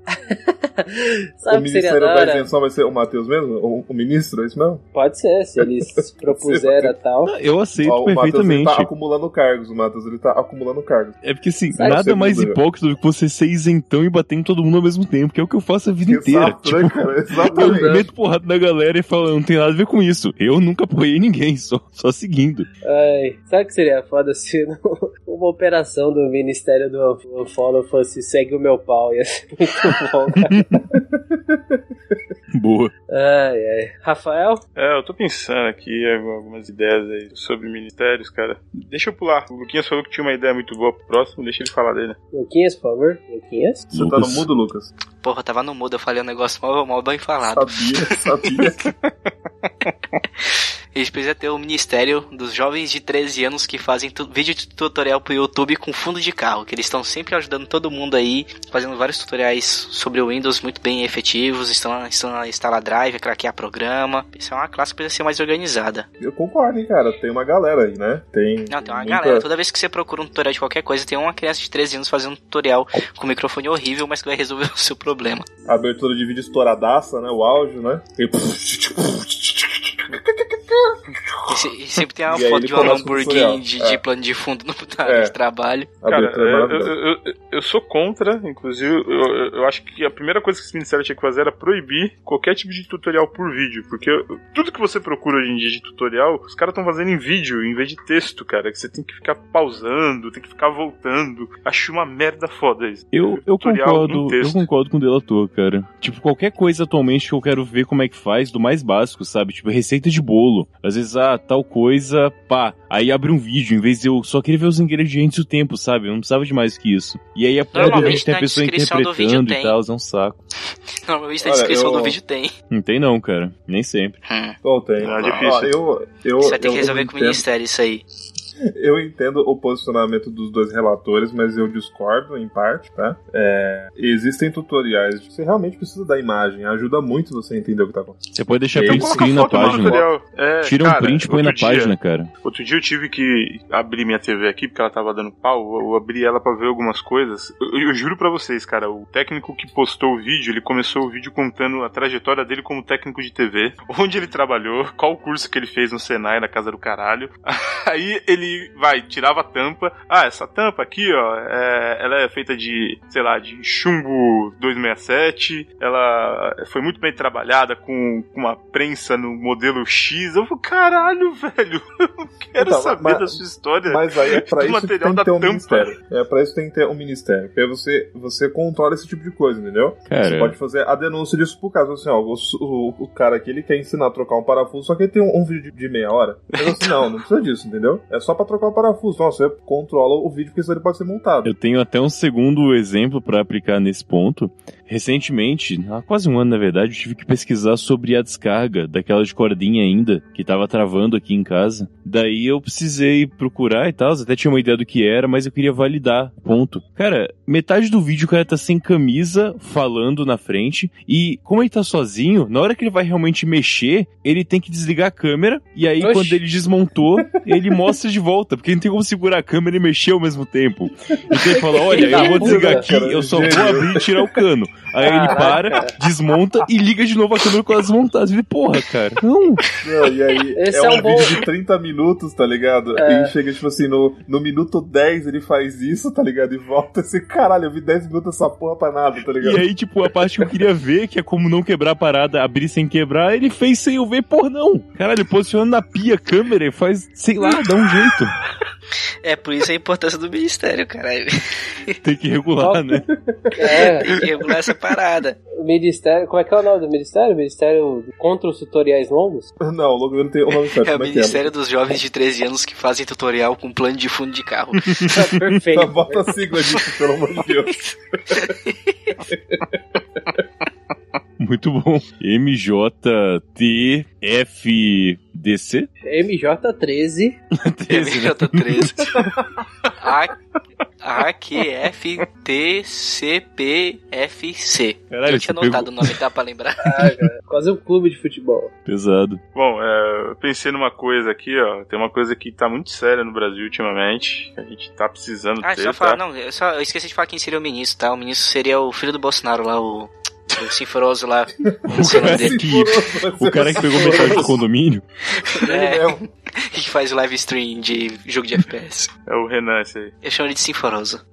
Speaker 2: Sabe
Speaker 6: O
Speaker 2: o que seria
Speaker 6: ministério
Speaker 2: da
Speaker 6: da
Speaker 2: hora?
Speaker 6: isenção tá vai ser o Matheus mesmo? O, o ministro, é isso mesmo?
Speaker 2: Pode ser, se eles propuseram tal.
Speaker 5: Eu aceito
Speaker 6: Ó, o Matheus ele
Speaker 5: perfeitamente.
Speaker 6: tá acumulando cargos, o Matheus ele tá acumulando cargos.
Speaker 5: É porque assim,
Speaker 6: Sabe,
Speaker 5: nada
Speaker 6: segundo
Speaker 5: mais
Speaker 6: eu.
Speaker 5: hipócrita do que você ser isentão e bater em todo mundo ao mesmo tempo, que é o que eu faço a vida inteira. Tipo,
Speaker 6: Exato, né, cara? Exatamente.
Speaker 5: Eu meto porrada na galera e falo, não tem nada a ver com isso. Eu nunca apoiei ninguém, só, só seguindo.
Speaker 2: Ai, sabe o que seria foda se não- uma operação do Ministério do Unf- Unfollow fosse segue o meu pau? Ia ser muito bom, cara.
Speaker 5: Boa.
Speaker 2: Ai, ai. Rafael?
Speaker 3: É, eu tô pensando aqui algu- algumas ideias aí sobre ministérios, cara. Deixa eu pular. O Luquinhas falou que tinha uma ideia muito boa pro próximo, deixa ele falar dele.
Speaker 2: Luquinhas, por favor. Luquinhas?
Speaker 6: Você tá no
Speaker 5: Lucas.
Speaker 6: mudo, Lucas?
Speaker 4: Porra, eu tava no mudo, eu falei um negócio mal, mal bem falado.
Speaker 6: Sabia, sabia.
Speaker 4: Eles precisam ter o Ministério dos Jovens de 13 anos que fazem tu- vídeo de tutorial pro YouTube com fundo de carro, que eles estão sempre ajudando todo mundo aí, fazendo vários tutoriais sobre o Windows muito bem efetivos, estão, estão a instalar drive, a craquear programa. Isso é uma classe que precisa ser mais organizada.
Speaker 6: Eu concordo, hein, cara. Tem uma galera aí, né? Tem.
Speaker 4: Não, tem uma
Speaker 6: muita-
Speaker 4: galera, toda vez que você procura um tutorial de qualquer coisa, tem uma criança de 13 anos fazendo um tutorial com um microfone horrível, mas que vai resolver o seu problema.
Speaker 6: Abertura de vídeo estouradaça, né? O áudio, né? Tem...
Speaker 4: E, se- e sempre tem uma
Speaker 6: E aí
Speaker 4: foto
Speaker 6: ele
Speaker 4: de uma
Speaker 6: começa com o tutorial.
Speaker 4: Lamborghini de, de
Speaker 6: É.
Speaker 4: plano de fundo no
Speaker 6: É.
Speaker 4: de trabalho.
Speaker 3: Cara,
Speaker 5: é
Speaker 3: é,
Speaker 6: Abertura é
Speaker 3: eu,
Speaker 6: maravilhosa.
Speaker 3: eu- eu- eu sou contra, inclusive, eu, eu- eu acho que a primeira coisa que esse ministério tinha que fazer era proibir qualquer tipo de tutorial por vídeo, porque tudo que você procura hoje em dia de tutorial, os caras estão fazendo em vídeo, em vez de texto, cara, que você tem que ficar pausando, tem que ficar voltando. Acho uma merda foda isso.
Speaker 5: Eu, eu
Speaker 3: Tutorial num
Speaker 5: concordo, eu
Speaker 3: texto.
Speaker 5: concordo com o delator, cara. Tipo, qualquer coisa atualmente que eu quero ver como é que faz, do mais básico, sabe? Tipo, receita de bolo. Às vezes, ah, tal coisa, pá. Aí abre um vídeo, em vez de eu só queria ver os ingredientes e o tempo, sabe? Eu não precisava de mais que isso. E aí, a própria
Speaker 4: Normalmente,
Speaker 5: vez tem a
Speaker 4: na
Speaker 5: pessoa
Speaker 4: descrição do vídeo
Speaker 5: interpretando e
Speaker 4: tem.
Speaker 5: tal, é um saco.
Speaker 4: Normalmente na
Speaker 6: Olha,
Speaker 4: descrição
Speaker 6: eu-
Speaker 4: do vídeo tem.
Speaker 5: Não tem não, cara. Nem sempre.
Speaker 4: Hum.
Speaker 6: Bom, tem.
Speaker 3: Não, é difícil.
Speaker 6: Ó, eu, eu,
Speaker 4: Você vai ter
Speaker 6: eu
Speaker 4: que resolver com o
Speaker 6: entendo-
Speaker 4: ministério isso aí.
Speaker 6: Eu entendo o posicionamento dos dois relatores, mas eu discordo em parte, tá? É, existem tutoriais. Você realmente precisa da imagem. Ajuda muito você entender o que tá acontecendo.
Speaker 5: Você pode deixar
Speaker 6: Então
Speaker 5: print
Speaker 6: coloca
Speaker 5: screen na página.
Speaker 3: É,
Speaker 5: Tira um
Speaker 3: cara,
Speaker 5: print e põe na
Speaker 3: outro dia-
Speaker 5: página, cara.
Speaker 3: Outro dia eu tive que abrir minha TV aqui porque ela tava dando pau. Eu eu abri ela pra ver algumas coisas. Eu, eu juro pra vocês, cara, o técnico que postou o vídeo, ele começou o vídeo contando a trajetória dele como técnico de TV, onde ele trabalhou, qual curso que ele fez no Senai, na casa do caralho. Aí ele vai, tirava a tampa. Ah, essa tampa aqui, ó, é- ela é feita de, sei lá, de chumbo 267. Ela foi muito bem trabalhada com, com uma prensa no modelo X. Eu falei, caralho, velho, eu não quero
Speaker 6: Então,
Speaker 3: saber
Speaker 6: mas-
Speaker 3: da sua história.
Speaker 6: Mas aí é pra
Speaker 3: Do
Speaker 6: isso que
Speaker 3: material
Speaker 6: tem
Speaker 3: da
Speaker 6: que ter um
Speaker 3: tampa.
Speaker 6: ministério. É pra isso que tem que ter um ministério. Porque aí você, você controla esse tipo de coisa, entendeu? Você
Speaker 5: Cara,
Speaker 6: pode fazer a denúncia disso por causa. Assim, ó, o, o- o cara aqui ele quer ensinar a trocar um parafuso, só que ele tem um, um vídeo de, de meia hora. Mas assim, não, não precisa disso, entendeu? É só pra trocar o parafuso. Nossa, você controla o vídeo porque senão ele pode ser montado.
Speaker 5: Eu tenho até um segundo exemplo pra aplicar nesse ponto. Recentemente, há quase um ano na verdade, eu tive que pesquisar sobre a descarga daquela de cordinha ainda, que tava travando aqui em casa. Daí eu precisei procurar e tal, até tinha uma ideia do que era, mas eu queria validar. Ponto. Cara, metade do vídeo o cara tá sem camisa, falando na frente, e como ele tá sozinho, na hora que ele vai realmente mexer, ele tem que desligar a câmera, e aí
Speaker 2: Oxi.
Speaker 5: quando ele desmontou, ele mostra de volta, porque não tem como segurar a câmera e mexer ao mesmo tempo. Então ele fala: olha, eu vou desligar aqui, eu só vou abrir e tirar o cano. Aí ele para, desmonta e liga de novo a câmera com ela desmontada. Eu falei, porra, cara, não.
Speaker 6: Não, e aí
Speaker 2: Esse
Speaker 6: é,
Speaker 2: é
Speaker 6: um,
Speaker 2: um bom-
Speaker 6: vídeo de 30 minutos, tá ligado?
Speaker 2: É.
Speaker 6: E chega, tipo assim, no, no minuto 10 ele faz isso, tá ligado? E volta assim, caralho, eu vi 10 minutos essa porra pra nada, tá ligado?
Speaker 5: E aí, tipo, a parte que eu queria ver, que é como não quebrar a parada, abrir sem quebrar, ele fez sem eu ver, porra, não. Caralho, posiciona na pia a câmera e faz, sei lá, dá um jeito.
Speaker 4: É por isso a importância do ministério, cara.
Speaker 5: Tem que regular, né?
Speaker 2: É,
Speaker 4: Tem que regular essa parada.
Speaker 2: o Ministério. Como é que é o nome do Ministério? Ministério contra os tutoriais longos?
Speaker 6: Não, o logo dele tem o nome certo,
Speaker 4: É o
Speaker 6: como é que é?
Speaker 4: Ministério dos Jovens de 13 anos que fazem tutorial com plano de fundo de carro.
Speaker 2: Perfeito.
Speaker 6: Tá, bota a sigla disso, pelo amor de Deus.
Speaker 5: Muito bom. MJTFDC?
Speaker 2: MJ13.
Speaker 4: É,
Speaker 5: 13, né?
Speaker 4: MJ13. A- AQFTCPFC.
Speaker 5: Caralho,
Speaker 4: Eu tinha
Speaker 5: você pegou-
Speaker 4: anotado o nome, dá pra lembrar.
Speaker 2: Ah, cara, quase um clube de futebol.
Speaker 5: Pesado.
Speaker 3: Bom, é, eu pensei numa coisa aqui, ó. Tem uma coisa que tá muito séria no Brasil ultimamente. que A gente tá precisando
Speaker 4: Ah,
Speaker 3: ter,
Speaker 4: só
Speaker 3: tá?
Speaker 4: falar, não, eu, só, eu esqueci de falar quem seria o ministro, tá? O ministro seria o filho do Bolsonaro lá, o, o Sinforoso lá. Não sei o nome dele.
Speaker 5: Esse é O cara que pegou metade do condomínio?
Speaker 4: É,
Speaker 6: mesmo.
Speaker 4: que faz live stream de jogo de FPS.
Speaker 3: É o Renan esse aí.
Speaker 4: Eu chamo ele de Sinforoso.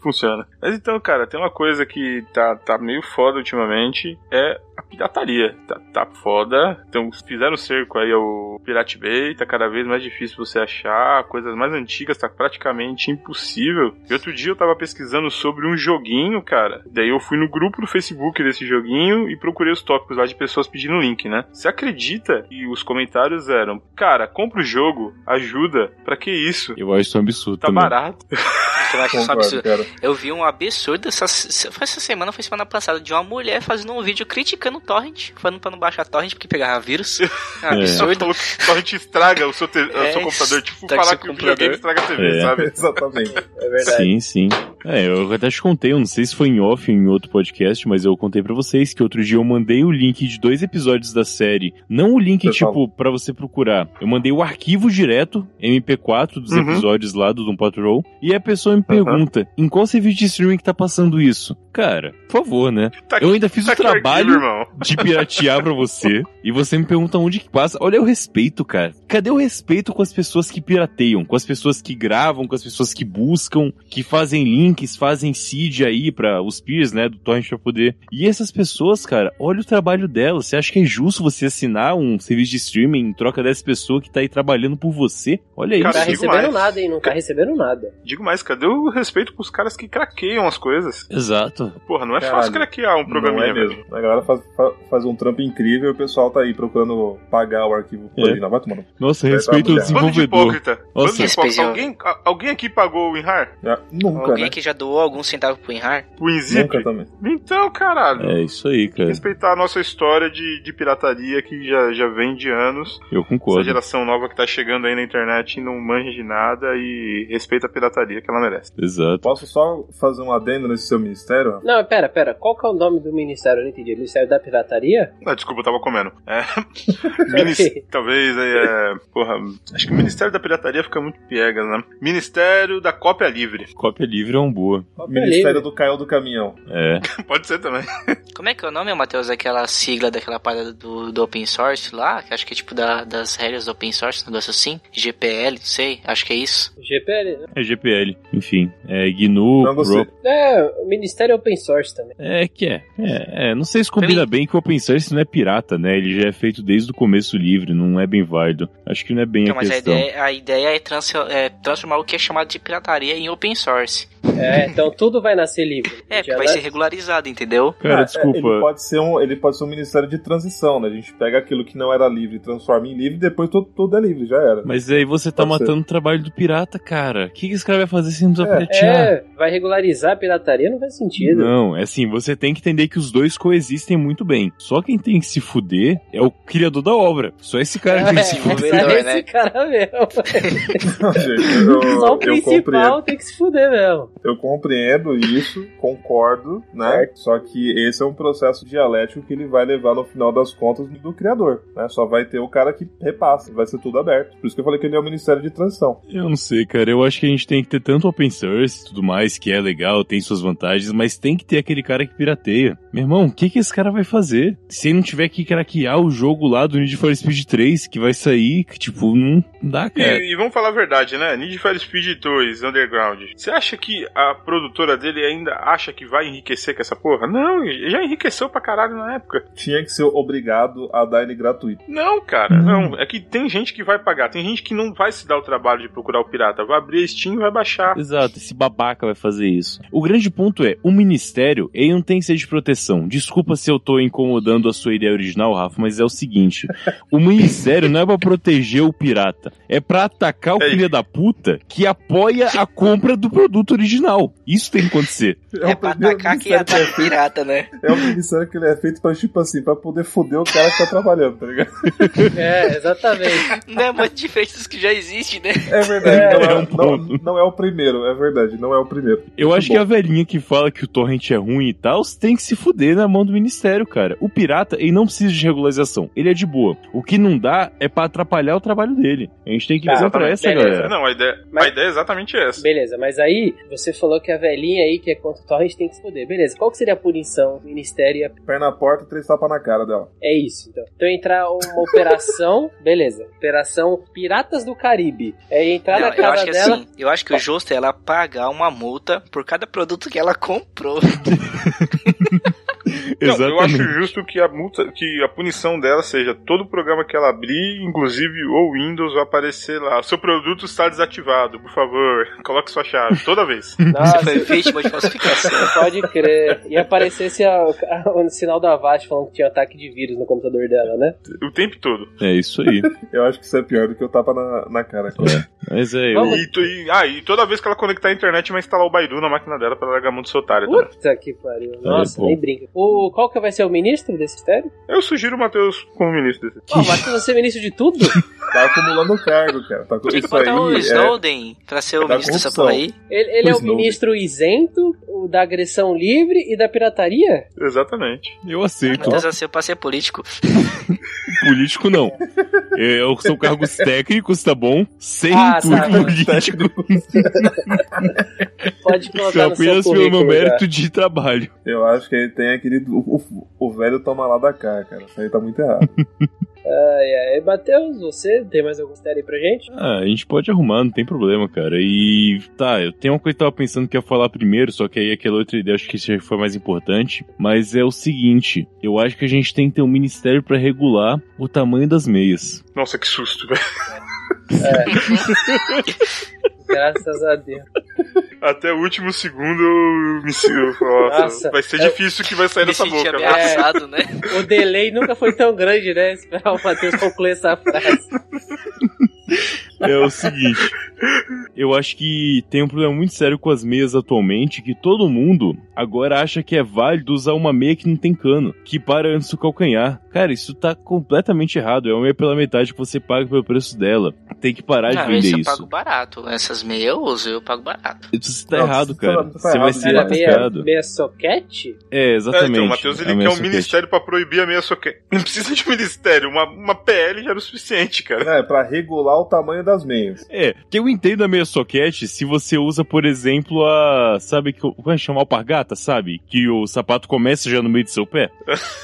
Speaker 3: funciona. Mas então, cara, tem uma coisa que tá, tá meio foda ultimamente, é a pirataria. Tá, tá foda. Então, fizeram um cerco aí ao Pirate Bay, tá cada vez mais difícil você achar. Coisas mais antigas tá praticamente impossível. E outro dia eu tava pesquisando sobre um joguinho, cara. Daí eu fui no grupo do Facebook desse joguinho e procurei os tópicos lá de pessoas pedindo link, né? Você acredita? E os comentários eram: Cara, compra o jogo, ajuda. Pra que isso?
Speaker 5: Eu acho isso um absurdo
Speaker 3: Tá
Speaker 5: também.
Speaker 3: barato.
Speaker 4: Eu acho só
Speaker 6: Concordo,
Speaker 4: um absurdo.
Speaker 6: cara.
Speaker 4: Eu vi um absurdo essa, se- foi essa semana, foi semana passada, de uma mulher fazendo um vídeo criticando o torrent, falando pra não baixar torrent porque pegava vírus. É um
Speaker 5: É.
Speaker 3: Ela
Speaker 4: absurdo.
Speaker 3: falou que só a gente estraga o seu, te- o
Speaker 4: É,
Speaker 3: seu computador. Tipo,
Speaker 4: estraga
Speaker 3: falar
Speaker 4: seu
Speaker 3: que o
Speaker 4: computador.
Speaker 3: videogame estraga a TV,
Speaker 5: É.
Speaker 3: sabe?
Speaker 6: Exatamente.
Speaker 2: É verdade.
Speaker 5: Sim, sim. É, eu até te contei, eu não sei se foi em off ou em outro podcast, mas eu contei pra vocês que outro dia eu mandei o link de dois episódios da série. Não o link,
Speaker 6: Você
Speaker 5: tipo, pra você procurar. Eu mandei o arquivo direto, MP4, dos
Speaker 3: Uhum.
Speaker 5: episódios lá do Doom Patrol. E a pessoa me
Speaker 6: Uhum.
Speaker 5: pergunta: em qual serviço de streaming que tá passando isso? Cara, por favor, né?
Speaker 3: Tá
Speaker 5: Eu ainda fiz
Speaker 3: tá
Speaker 5: o
Speaker 3: aqui arquivo,
Speaker 5: trabalho
Speaker 3: irmão.
Speaker 5: de piratear pra você e você me pergunta onde que passa. Olha o respeito, cara. Cadê o respeito com as pessoas que pirateiam, com as pessoas que gravam, com as pessoas que buscam, que fazem links, fazem seed aí pra os peers, né, do torrent pra poder. E essas pessoas, cara, olha o trabalho delas. Você acha que é justo você assinar um serviço de streaming em troca dessa pessoa que tá aí trabalhando por você? Olha
Speaker 2: Não
Speaker 5: isso.
Speaker 2: tá
Speaker 3: Cara,
Speaker 2: recebendo
Speaker 3: demais.
Speaker 2: nada, hein? Não tá recebendo nada.
Speaker 3: Digo mais, cadê o respeito pros caras que craqueiam as coisas?
Speaker 5: Exato.
Speaker 3: Porra, não é
Speaker 6: Caralho.
Speaker 3: fácil craquear um
Speaker 6: Não
Speaker 3: programinha,
Speaker 6: é
Speaker 3: velho.
Speaker 6: mesmo. A galera faz, fa- faz um trampo incrível e o pessoal tá aí procurando pagar o arquivo
Speaker 5: É.
Speaker 6: original. Vai tomando.
Speaker 5: Nossa,
Speaker 6: Vai
Speaker 5: respeito ao
Speaker 6: trabalhar.
Speaker 3: Bando de
Speaker 5: desenvolvedor.
Speaker 3: hipócrita. Bando
Speaker 5: Nossa.
Speaker 3: de hipócrita.
Speaker 4: Respeito.
Speaker 3: Alguém, a- alguém aqui pagou o WinRAR?
Speaker 6: Ah, nunca,
Speaker 4: Alguém
Speaker 6: né?
Speaker 4: que já doou algum centavo pro Inhar?
Speaker 3: O WinZip?
Speaker 6: Nunca também.
Speaker 3: Então, caralho.
Speaker 5: tá. É isso aí, cara.
Speaker 3: Respeitar a nossa história de, de pirataria que já, já vem de anos.
Speaker 5: Eu
Speaker 3: Essa
Speaker 5: concordo.
Speaker 3: geração nova que tá chegando aí na internet não manja de nada e respeita a pirataria que ela merece.
Speaker 5: Exato.
Speaker 6: Posso só fazer um adendo nesse seu ministério? Rafa?
Speaker 2: Não, pera, pera. Qual que é o nome do ministério? Eu não entendi. Ministério da Pirataria?
Speaker 3: Ah, desculpa, eu tava comendo. É, minis- talvez aí é. Porra, acho que o Ministério da Pirataria fica muito piegas, né? Ministério da Cópia Livre.
Speaker 5: Cópia livre é um boa.
Speaker 6: Ministério do Caiu do Caminhão.
Speaker 5: É.
Speaker 3: Pode ser também.
Speaker 4: Como é que é o nome, Matheus? Aquela sigla daquela parada do, do open source lá? Que acho que é tipo da- das regras do open source, um negócio assim? GPL, não sei, acho que é isso.
Speaker 2: GPL, né?
Speaker 5: É GPL. Enfim, é GNU,
Speaker 6: Não gostei.
Speaker 5: Pro-
Speaker 2: É, o Ministério é Open Source também.
Speaker 5: É que é. É, é, não sei se combina bem que o Open Source não é pirata, né? Ele já é feito desde o começo livre, não é bem válido. Acho que não é bem
Speaker 4: Então,
Speaker 5: a
Speaker 4: mas a
Speaker 5: questão.
Speaker 4: ideia, a ideia é, trans- é transformar o que é chamado de pirataria em open source.
Speaker 2: É, então tudo vai nascer livre.
Speaker 4: É,
Speaker 2: Já
Speaker 4: porque vai
Speaker 2: na-
Speaker 4: ser regularizado, entendeu?
Speaker 5: Cara,
Speaker 6: Ah, é, Ele
Speaker 5: desculpa.
Speaker 6: pode, ser um, ele pode ser um ministério de transição, né? A gente pega aquilo que não era livre e transforma em livre, depois tudo, tudo é livre, já era.
Speaker 5: Mas aí você tá
Speaker 6: Pode ser.
Speaker 5: matando o trabalho do pirata, cara. O que, que esse cara vai fazer se não precisa
Speaker 6: É.
Speaker 5: piratear?
Speaker 2: É, vai regularizar a pirataria? Não faz sentido.
Speaker 5: Não, é assim, você tem que entender que os dois coexistem muito bem. Só quem tem que se fuder é o criador da obra. Só esse cara tem que se
Speaker 4: É,
Speaker 5: fuder.
Speaker 4: verdade.
Speaker 2: É
Speaker 4: Melhor,
Speaker 2: esse
Speaker 4: né?
Speaker 2: cara mesmo.
Speaker 6: Não, gente, eu,
Speaker 2: Só o
Speaker 6: eu compreendo.
Speaker 2: principal tem que se fuder mesmo.
Speaker 6: Eu compreendo isso, concordo, né? Só que esse é um processo dialético que ele vai levar no final das contas do criador, né? Só vai ter o cara que repassa, vai ser tudo aberto. Por isso que eu falei que ele é o Ministério de Transição.
Speaker 5: Eu não sei, cara. Eu acho que a gente tem que ter tanto open source e tudo mais, que é legal, tem suas vantagens, mas tem que ter aquele cara que pirateia. Meu irmão, o que, que esse cara vai fazer? Se ele não tiver que craquear o jogo lá do Need for Speed 3, que vai sair, que tipo, não dá,
Speaker 3: E,
Speaker 5: cara.
Speaker 3: e vamos falar a verdade, né? Need for Speed 2 Underground. Você acha que a produtora dele ainda acha que vai enriquecer com essa porra? Não, já enriqueceu pra caralho na época.
Speaker 6: Tinha que ser obrigado a dar ele gratuito.
Speaker 3: Não, cara, não. É que tem gente que vai pagar, tem gente que não vai se dar o trabalho de procurar o pirata. Vai abrir a Steam e vai baixar.
Speaker 5: Exato, esse babaca vai fazer isso. O grande ponto é, o ministério, ele não tem que ser de proteção. Desculpa se eu tô incomodando a sua ideia original, Rafa, mas é o seguinte, o ministério não é pra proteger o pirata, é pra atacar o
Speaker 3: É.
Speaker 5: filho da puta que apoia a compra do produto original. Isso tem que acontecer.
Speaker 4: É, pra
Speaker 6: primeiro
Speaker 4: atacar quem
Speaker 6: ministério
Speaker 4: ataca pirata, né?
Speaker 6: que- é o ministério que ele é feito pra, tipo assim, pra poder foder o cara que tá trabalhando, tá ligado?
Speaker 2: É, exatamente.
Speaker 4: Não é muito diferente dos que já existe, né?
Speaker 6: É verdade,
Speaker 5: É,
Speaker 6: não,
Speaker 5: é
Speaker 6: é,
Speaker 5: um
Speaker 6: não-
Speaker 5: ponto.
Speaker 6: não é o primeiro, é verdade, não é o primeiro.
Speaker 5: Eu acho
Speaker 6: bom.
Speaker 5: que a velhinha que fala que o torrent é ruim e tal, tem que se fuder na mão do ministério, cara. O pirata, ele não precisa de regularização. Ele é de boa. O que não dá é pra atrapalhar o trabalho dele. A gente tem que
Speaker 2: Tá,
Speaker 5: visar pra
Speaker 2: tá,
Speaker 5: essa,
Speaker 2: beleza.
Speaker 5: galera.
Speaker 3: Não, a ideia,
Speaker 2: Mas-
Speaker 3: a ideia é exatamente essa.
Speaker 2: Beleza, mas aí você falou que a velhinha aí que é contra o Torres tem que se fuder. Beleza, qual que seria a punição? O Ministério e a-
Speaker 6: Pé na porta, três tapas na cara dela.
Speaker 2: é isso, então. Então entrar uma operação, beleza. Operação Piratas do Caribe. É entrar
Speaker 4: Não,
Speaker 2: na
Speaker 4: eu
Speaker 2: casa
Speaker 4: acho que
Speaker 2: dela.
Speaker 4: assim, eu acho que o justo é ela pagar uma multa por cada produto que ela comprou.
Speaker 3: Não, eu
Speaker 5: Exatamente.
Speaker 3: acho justo que a multa, que a punição dela seja todo programa que ela abrir, inclusive o Windows, vai aparecer lá. Seu produto está desativado, por favor, coloque sua chave toda vez.
Speaker 4: Você
Speaker 2: Nossa,
Speaker 4: foi vítima de falsificação.
Speaker 2: pode crer. E aparecesse a- o sinal da VAT falando que tinha ataque de vírus no computador dela, né?
Speaker 3: O tempo todo.
Speaker 5: É isso aí.
Speaker 6: Eu acho que isso é pior do que o tapa na, na cara.
Speaker 5: Mas é, eu,
Speaker 2: Vamos-
Speaker 3: E, to- e- ah, e toda vez que ela conectar a internet, vai instalar o Baidu na máquina dela pra largar a mão de seu otário também.
Speaker 2: Puta que pariu. Nossa,
Speaker 5: bom.
Speaker 2: nem brinca. O, qual que vai ser o ministro desse mistério?
Speaker 3: Eu sugiro o Matheus como ministro desse.
Speaker 2: Pô, mas você vai ser ministro de tudo?
Speaker 6: Tá acumulando cargo, cara. Tá,
Speaker 4: Tinha que
Speaker 6: isso aí
Speaker 4: botar um o
Speaker 6: é,
Speaker 4: Snowden pra ser o
Speaker 6: da
Speaker 4: ministro dessa
Speaker 6: corrupção.
Speaker 4: porra aí.
Speaker 2: Ele, ele é o
Speaker 6: Pois não.
Speaker 2: ministro isento, o da agressão livre e da pirataria?
Speaker 3: Exatamente.
Speaker 5: eu aceito.
Speaker 4: Matheus Alceu pra ser assim, político.
Speaker 6: Tá
Speaker 5: Político não. É, são cargos técnicos, tá bom? Sem
Speaker 2: Ah,
Speaker 5: intuito
Speaker 2: tá bom.
Speaker 5: político.
Speaker 2: Pode
Speaker 5: São
Speaker 2: colocar no seu
Speaker 5: apenas pelo meu
Speaker 2: currículo. já.
Speaker 5: mérito de trabalho.
Speaker 6: eu acho que ele tem aquele. O, o- o velho toma lá da cá, cara. Isso aí tá muito errado.
Speaker 2: Ai, ai. É, Matheus, você tem mais algum mistério aí pra gente?
Speaker 5: Ah, a gente pode arrumar, não tem problema, cara. E tá, eu tenho uma coisa que eu tava pensando que ia falar primeiro, só que aí aquela outra ideia acho que isso já foi mais importante. Mas é o seguinte: eu acho que a gente tem que ter um ministério pra regular o tamanho das meias.
Speaker 3: Nossa, que susto, velho.
Speaker 2: Graças a Deus.
Speaker 3: Até o último segundo eu me sinto. Nossa,
Speaker 2: Nossa.
Speaker 3: vai ser
Speaker 2: Eu-
Speaker 3: difícil o que vai sair
Speaker 4: Me
Speaker 3: dessa
Speaker 4: senti
Speaker 3: boca, velho.
Speaker 4: ameaçado, né?
Speaker 2: O delay nunca foi tão grande, né? Esperar o Matheus concluir essa frase.
Speaker 5: É o seguinte: eu acho que tem um problema muito sério com as meias atualmente, que todo mundo agora acha que é válido usar uma meia que não tem cano, que para antes do calcanhar. Cara, isso tá completamente errado. É uma meia pela metade que você paga pelo preço dela. Tem que parar de
Speaker 4: Geralmente
Speaker 5: vender
Speaker 4: eu
Speaker 5: isso.
Speaker 4: é pago barato. Essas meias eu uso, eu pago barato.
Speaker 5: Você tá
Speaker 6: Não,
Speaker 5: errado,
Speaker 6: você
Speaker 5: cara.
Speaker 6: tá- tá
Speaker 5: você vai
Speaker 6: errado.
Speaker 5: ser
Speaker 2: Era meia,
Speaker 5: atacado.
Speaker 2: meia soquete?
Speaker 5: É,
Speaker 3: É,
Speaker 5: exatamente.
Speaker 3: então, o Matheus ele
Speaker 5: A
Speaker 3: quer um
Speaker 5: ameaça
Speaker 3: ministério pra proibir a meia soquete. Não precisa de um ministério, uma, uma PL já era o suficiente, cara.
Speaker 6: É, pra regular o tamanho das meias.
Speaker 5: que- É, que eu entendo a meia soquete se você usa, por exemplo, a. Sabe que. Como é que chama? Alpargata, sabe? Que o sapato começa já no meio do seu pé.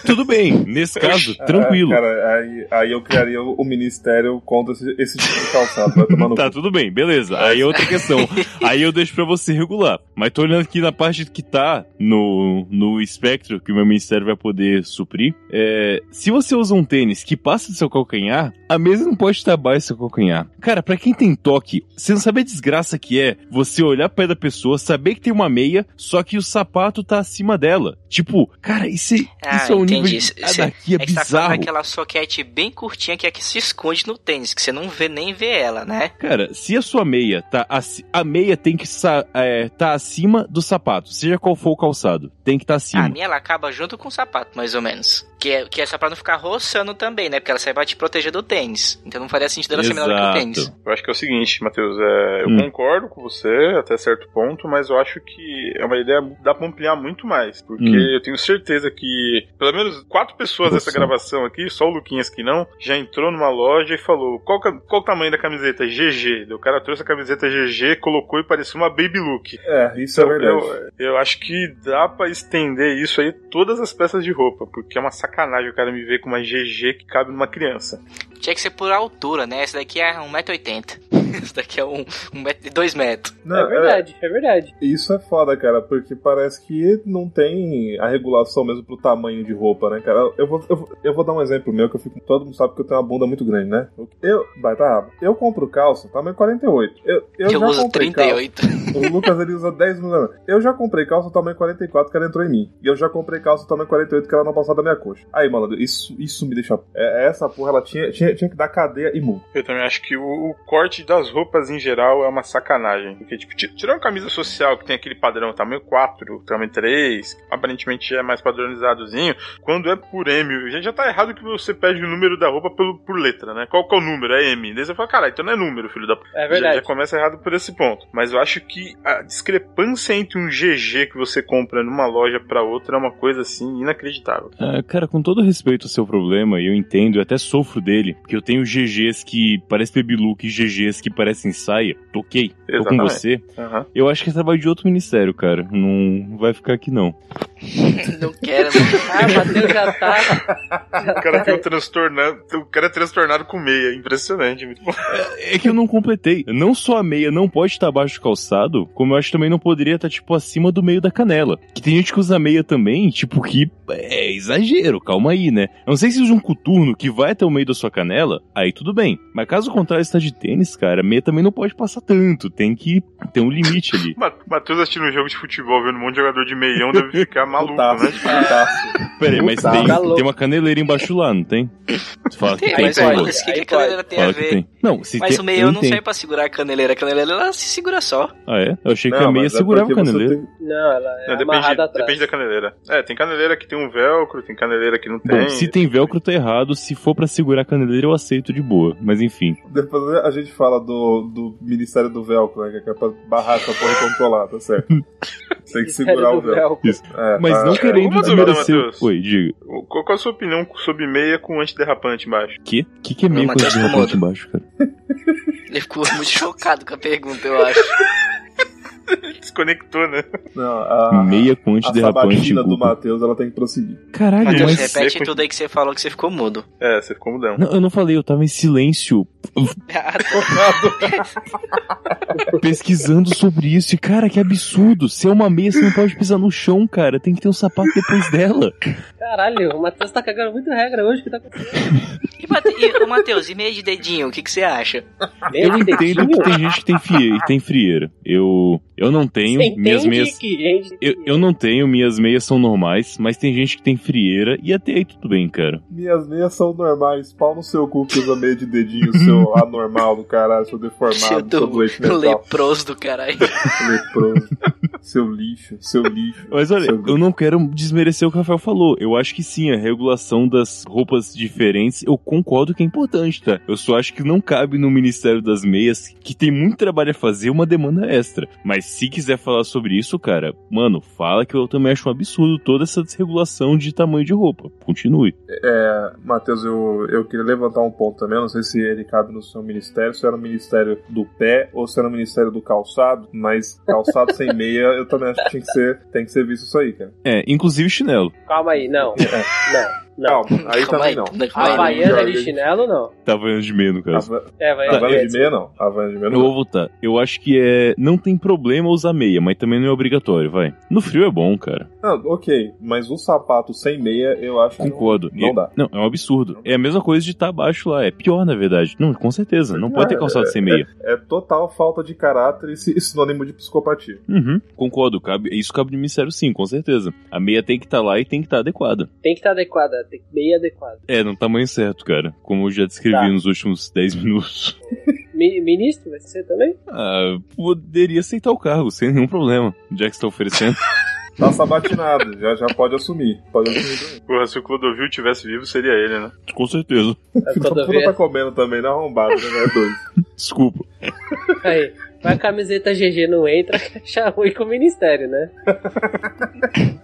Speaker 5: Tudo bem, nesse caso, tranquilo.
Speaker 6: Ah, cara, aí, aí eu criaria o o ministério contra esse, esse tipo de calçado. Vai tomar no
Speaker 5: Tá,
Speaker 6: cu.
Speaker 5: tudo bem, beleza. Aí é outra questão. Aí eu deixo pra você regular. Mas tô olhando aqui na parte que tá no, no espectro que o meu ministério vai poder suprir. É, se você usa um tênis que passa do seu calcanhar, a mesa não pode estar abaixo do seu calcanhar. Cara, pra quem tem toque, você não sabe a desgraça que é você olhar pé da pessoa, saber que tem uma meia, só que o sapato tá acima dela. Tipo, cara, isso, é-
Speaker 4: Ah,
Speaker 5: isso é um nível
Speaker 4: entendi.
Speaker 5: de
Speaker 4: Isso- isso é-
Speaker 5: daqui é
Speaker 4: É que tá falando
Speaker 5: bizarro.
Speaker 4: aquela soquete bem curtinha que é a que se esconde no tênis, que você não vê nem vê ela, né?
Speaker 5: Cara, se a sua meia tá. aci- A meia tem que sa- é, tá acima do sapato, seja qual for o calçado. Tem que estar
Speaker 4: A
Speaker 5: acima.
Speaker 4: minha ela acaba junto com o sapato, mais ou menos. Que é, que é só pra não ficar roçando também, né? Porque ela sai pra te proteger do tênis. Então não faria sentido ela ser menor que o tênis.
Speaker 3: Eu acho que é o seguinte, Matheus, é, eu
Speaker 5: Hum.
Speaker 3: concordo com você até certo ponto, mas eu acho que é uma ideia dá pra ampliar muito mais, porque
Speaker 5: Hum.
Speaker 3: eu tenho certeza que pelo menos quatro pessoas
Speaker 5: Nossa.
Speaker 3: dessa gravação aqui, só o Luquinhas que não, já entrou numa loja e falou qual, ca- qual o tamanho da camiseta? GG. Daí O cara trouxe a camiseta GG, colocou e parecia uma baby look.
Speaker 6: É, isso é verdade.
Speaker 3: Eu, eu acho que dá pra estender isso aí todas as peças de roupa, porque é uma sacanagem o cara me ver com uma GG que cabe numa criança.
Speaker 4: Tinha que ser por altura, né? Essa daqui é 1,80m. Essa daqui é 1 um, um metro, 2 metros.
Speaker 6: Não,
Speaker 2: é verdade, é verdade.
Speaker 6: Isso é foda, cara, porque parece que não tem a regulação mesmo pro tamanho de roupa, né, cara? Eu vou, eu, vou- eu vou dar um exemplo meu, que eu fico. Todo mundo sabe que eu tenho uma bunda muito grande, né? Eu. Vai, tá. rabo. Eu compro calça, tamanho 48. Eu,
Speaker 4: Eu,
Speaker 6: eu, já
Speaker 4: uso
Speaker 6: comprei
Speaker 4: 38.
Speaker 6: Calça. O Lucas ele usa 10 mil anos. Eu já comprei calça tamanho 44 que ela entrou em mim. E eu já comprei calça tamanho 48 que ela não passou da minha coxa. Aí, mano, isso, isso me deixa. é, Essa porra, ela tinha, tinha, tinha que dar cadeia e multa.
Speaker 3: Eu também acho que o, o corte das roupas em geral é uma sacanagem. Porque, tipo, ti- tirando a camisa social, que tem aquele padrão tamanho 4, tamanho 3, que aparentemente é mais padronizadozinho, quando é por M, já, já tá errado que você pede o número da roupa pelo, por letra, né? Qual que é o número? É M. Daí você fala, caralho, então não é número, filho da p-".
Speaker 2: É
Speaker 3: já,
Speaker 2: verdade.
Speaker 3: já começa errado por esse ponto. Mas eu acho que a discrepância entre um GG que você compra numa loja pra outra é uma coisa assim inacreditável.
Speaker 5: Ah, cara, com todo respeito ao seu problema, e eu entendo, eu até sofro dele, porque eu tenho GGs que parecem baby look e GGs que parecem saia. Toquei, tô com
Speaker 3: Exatamente.
Speaker 5: você.
Speaker 3: Aham.
Speaker 5: Eu acho que é trabalho de outro ministério, cara. Não vai ficar aqui, não.
Speaker 4: não quero, não.
Speaker 2: Ah, Matheus já tá.
Speaker 3: O cara tem um transtornado. O cara é transtornado com meia. Impressionante, muito bom.
Speaker 5: É que eu não completei. Não só a meia não pode estar abaixo do calçado, como eu acho que também não poderia estar, tipo, acima do meio da canela. Que tem gente que usa meia também, tipo, que é exagero, calma aí, né? Eu não sei se usa um coturno que vai até o meio da sua canela, aí tudo bem. Mas caso contrário, está de tênis, cara, meia também não pode passar tanto, tem que ter um limite ali.
Speaker 3: Ma- Matheus assistindo um jogo de futebol, vendo um monte de jogador de meião, deve ficar maluco, né?
Speaker 5: Peraí, mas
Speaker 6: Tá.
Speaker 5: tem,
Speaker 2: Tá louco.
Speaker 5: tem uma caneleira embaixo lá, não tem? Tu fala que
Speaker 4: Tem,
Speaker 5: tem,
Speaker 4: mas
Speaker 5: fala.
Speaker 4: foda-se, o que, que
Speaker 2: Aí
Speaker 4: a caneleira tem a
Speaker 5: Fala que
Speaker 4: ver?
Speaker 5: tem. Não, se
Speaker 4: Mas
Speaker 5: tem,
Speaker 4: o meião
Speaker 5: tem,
Speaker 4: não
Speaker 5: tem.
Speaker 4: sai pra segurar a caneleira. A caneleira ela se segura só.
Speaker 5: Ah, é? Eu achei que
Speaker 6: Não,
Speaker 5: a meia
Speaker 6: mas é
Speaker 5: segurava
Speaker 6: porque
Speaker 5: a caneleira.
Speaker 6: você tem-
Speaker 2: Não, ela é amarrada
Speaker 3: Não, depende,
Speaker 2: atrás.
Speaker 3: depende da caneleira. É, tem caneleira que tem um velcro, tem caneleira que não tem.
Speaker 5: Bom, se tem velcro, tá errado. Se for pra segurar a caneleira, eu aceito de boa. Mas enfim.
Speaker 6: Depois a gente fala do, do Ministério do Velcro, né? Que é pra barrar essa porra controlar, tá certo? Tem que segurar o velcro.
Speaker 2: véu.
Speaker 6: É,
Speaker 5: Mas
Speaker 6: tá-
Speaker 5: não querendo
Speaker 3: uma dúvida,
Speaker 5: desmerecer.
Speaker 3: Matheus.
Speaker 5: Oi, diga.
Speaker 3: Qual, qual é a sua opinião sobre meia com antiderrapante embaixo?
Speaker 5: Que? Que que é meio
Speaker 4: Matheus
Speaker 5: coisa
Speaker 4: incomoda.
Speaker 5: de embaixo, cara?
Speaker 4: Ele ficou muito chocado com a pergunta, eu acho.
Speaker 3: Desconectou, né?
Speaker 6: Não, a,
Speaker 5: meia com
Speaker 6: a
Speaker 5: antiderrapante.
Speaker 6: sabatina Ah, do
Speaker 5: Guga.
Speaker 6: Matheus, ela tem que prosseguir.
Speaker 5: Caralho,
Speaker 4: Matheus,
Speaker 5: mas.
Speaker 3: você
Speaker 4: repete
Speaker 3: foi-
Speaker 4: tudo aí que você falou que você ficou mudo.
Speaker 3: É, você ficou mudando.
Speaker 5: Não, eu não falei, eu tava em silêncio, pesquisando sobre isso. E, cara, que absurdo. Se é uma meia, você não pode pisar no chão, cara. Tem que ter um sapato depois dela.
Speaker 2: Caralho, o Matheus tá cagando muito regra hoje. Que tá com
Speaker 4: E, Mate- e, ô, Matheus, e meia de dedinho, o que, que você acha?
Speaker 5: Eu entendo que tem gente que tem, fie... tem frieira. Eu, eu não tenho.
Speaker 2: Você
Speaker 5: Minhas
Speaker 2: entende
Speaker 5: meias.
Speaker 2: que gente...
Speaker 5: Eu, eu não tenho, minhas meias são normais, mas tem gente que tem frieira e até aí tudo bem, cara.
Speaker 6: Minhas meias são normais. Pau no seu cu que usa meia de dedinho, seu anormal do caralho, seu deformado,
Speaker 4: Seu
Speaker 6: seu,
Speaker 4: do-
Speaker 6: doente mental,
Speaker 4: Um Leproso do caralho.
Speaker 6: leproso, seu lixo, seu lixo.
Speaker 5: Mas olha,
Speaker 6: seu...
Speaker 5: eu não quero desmerecer o que o Rafael falou. Eu acho que sim, a regulação das roupas diferentes, eu concordo que é importante, tá? Eu só acho que não cabe no Ministério das Meias, que tem muito trabalho a fazer, uma demanda extra. Mas se quiser falar sobre isso, cara, mano, fala que eu também acho um absurdo toda essa desregulação de tamanho de roupa. Continue.
Speaker 6: É, Matheus, eu, eu queria levantar um ponto também. eu Não sei se ele cabe no seu ministério, se era o ministério do pé ou se era o ministério do calçado, mas calçado sem meia, eu também acho que tinha que ser, tem que ser visto isso aí, cara.
Speaker 5: É, inclusive chinelo.
Speaker 2: Calma aí, não.
Speaker 5: É.
Speaker 2: Não, não.
Speaker 6: Calma,
Speaker 4: Calma
Speaker 6: aí também
Speaker 4: aí,
Speaker 6: não.
Speaker 4: calma aí. né?
Speaker 2: Havaiana de
Speaker 6: chinelo.
Speaker 2: chinelo, não.
Speaker 5: Tava vendo de medo, cara.
Speaker 2: É, vai
Speaker 5: Tá,
Speaker 6: Havaiana de meia não. Havaiana de meia
Speaker 5: Eu
Speaker 6: não.
Speaker 5: vou voltar. Eu acho que é. Não tem problema usar meia, mas também não é obrigatório, vai. No frio é bom, cara.
Speaker 6: Não, ok, mas um sapato sem meia, eu acho que não,
Speaker 5: Concordo.
Speaker 6: não
Speaker 5: E-
Speaker 6: dá.
Speaker 5: Não, é um absurdo. É a mesma coisa de estar abaixo lá. É pior, na verdade. Não, com certeza. Não pode ter calçado sem meia.
Speaker 6: É total falta de caráter e si- sinônimo de psicopatia.
Speaker 5: Uhum. Concordo. Cabe... Isso cabe no ministério, sim, com certeza. A meia tem que estar lá e tem que estar adequada.
Speaker 2: Tem que estar adequada, tem que bem adequada.
Speaker 5: É, no tamanho certo, cara. Como eu já descrevi
Speaker 2: Tá.
Speaker 5: nos últimos 10 minutos.
Speaker 2: Mi- ministro, vai ser também?
Speaker 5: Ah, poderia aceitar o cargo, sem nenhum problema. Já que está oferecendo.
Speaker 6: Tá sabatinado, já, já pode assumir. Pode assumir
Speaker 3: Porra, se o Clodovil tivesse vivo, seria ele, né?
Speaker 5: com certeza.
Speaker 2: Tá
Speaker 6: também.
Speaker 2: tudo
Speaker 6: Todo
Speaker 2: bem.
Speaker 6: tá comendo também, não arrombado, né? né, doido?
Speaker 5: Desculpa.
Speaker 2: Aí, vai a camiseta GG não entra, que acha ruim com o ministério, né?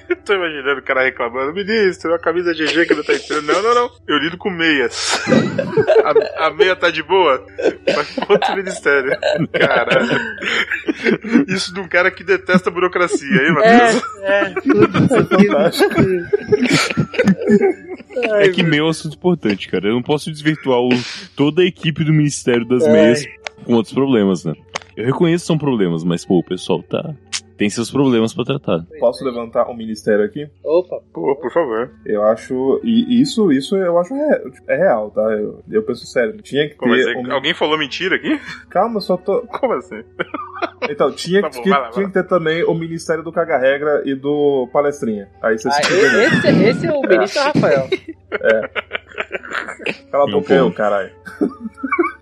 Speaker 3: Eu tô imaginando o cara reclamando, ministro, a camisa GG que não tá entrando. Não, não, não. Eu lido com meias. A, a meia tá de boa? Mas quanto ministério? Caralho. Isso de um cara que detesta a burocracia, hein, Matheus?
Speaker 2: É, é, tudo isso
Speaker 5: É que meio é um assunto importante, cara. Eu não posso desvirtuar o- toda a equipe do Ministério das
Speaker 2: Ai.
Speaker 5: Meias com outros problemas, né? Eu reconheço que são problemas, mas, pô, o pessoal tá. Tem seus problemas pra tratar.
Speaker 6: Posso levantar um ministério aqui?
Speaker 2: Opa,
Speaker 3: Pô, por favor.
Speaker 6: Eu acho. E isso, isso eu acho é, é real, tá? Eu, eu penso sério, tinha que
Speaker 3: Como
Speaker 6: ter.
Speaker 3: assim?
Speaker 6: um-
Speaker 3: Alguém falou mentira aqui?
Speaker 6: Calma, eu só tô.
Speaker 3: Como assim?
Speaker 6: Então, tinha,
Speaker 3: Tá
Speaker 6: que-
Speaker 3: bom,
Speaker 6: que,
Speaker 3: vai lá, vai
Speaker 6: tinha
Speaker 3: lá.
Speaker 6: que ter também o Ministério do Caga Regra e do Palestrinha. Aí você
Speaker 2: ah,
Speaker 6: se
Speaker 2: e- esse, esse é o ministro Rafael.
Speaker 6: Cala a
Speaker 5: Meu
Speaker 6: boca aí,
Speaker 5: povo.
Speaker 6: ô, caralho. um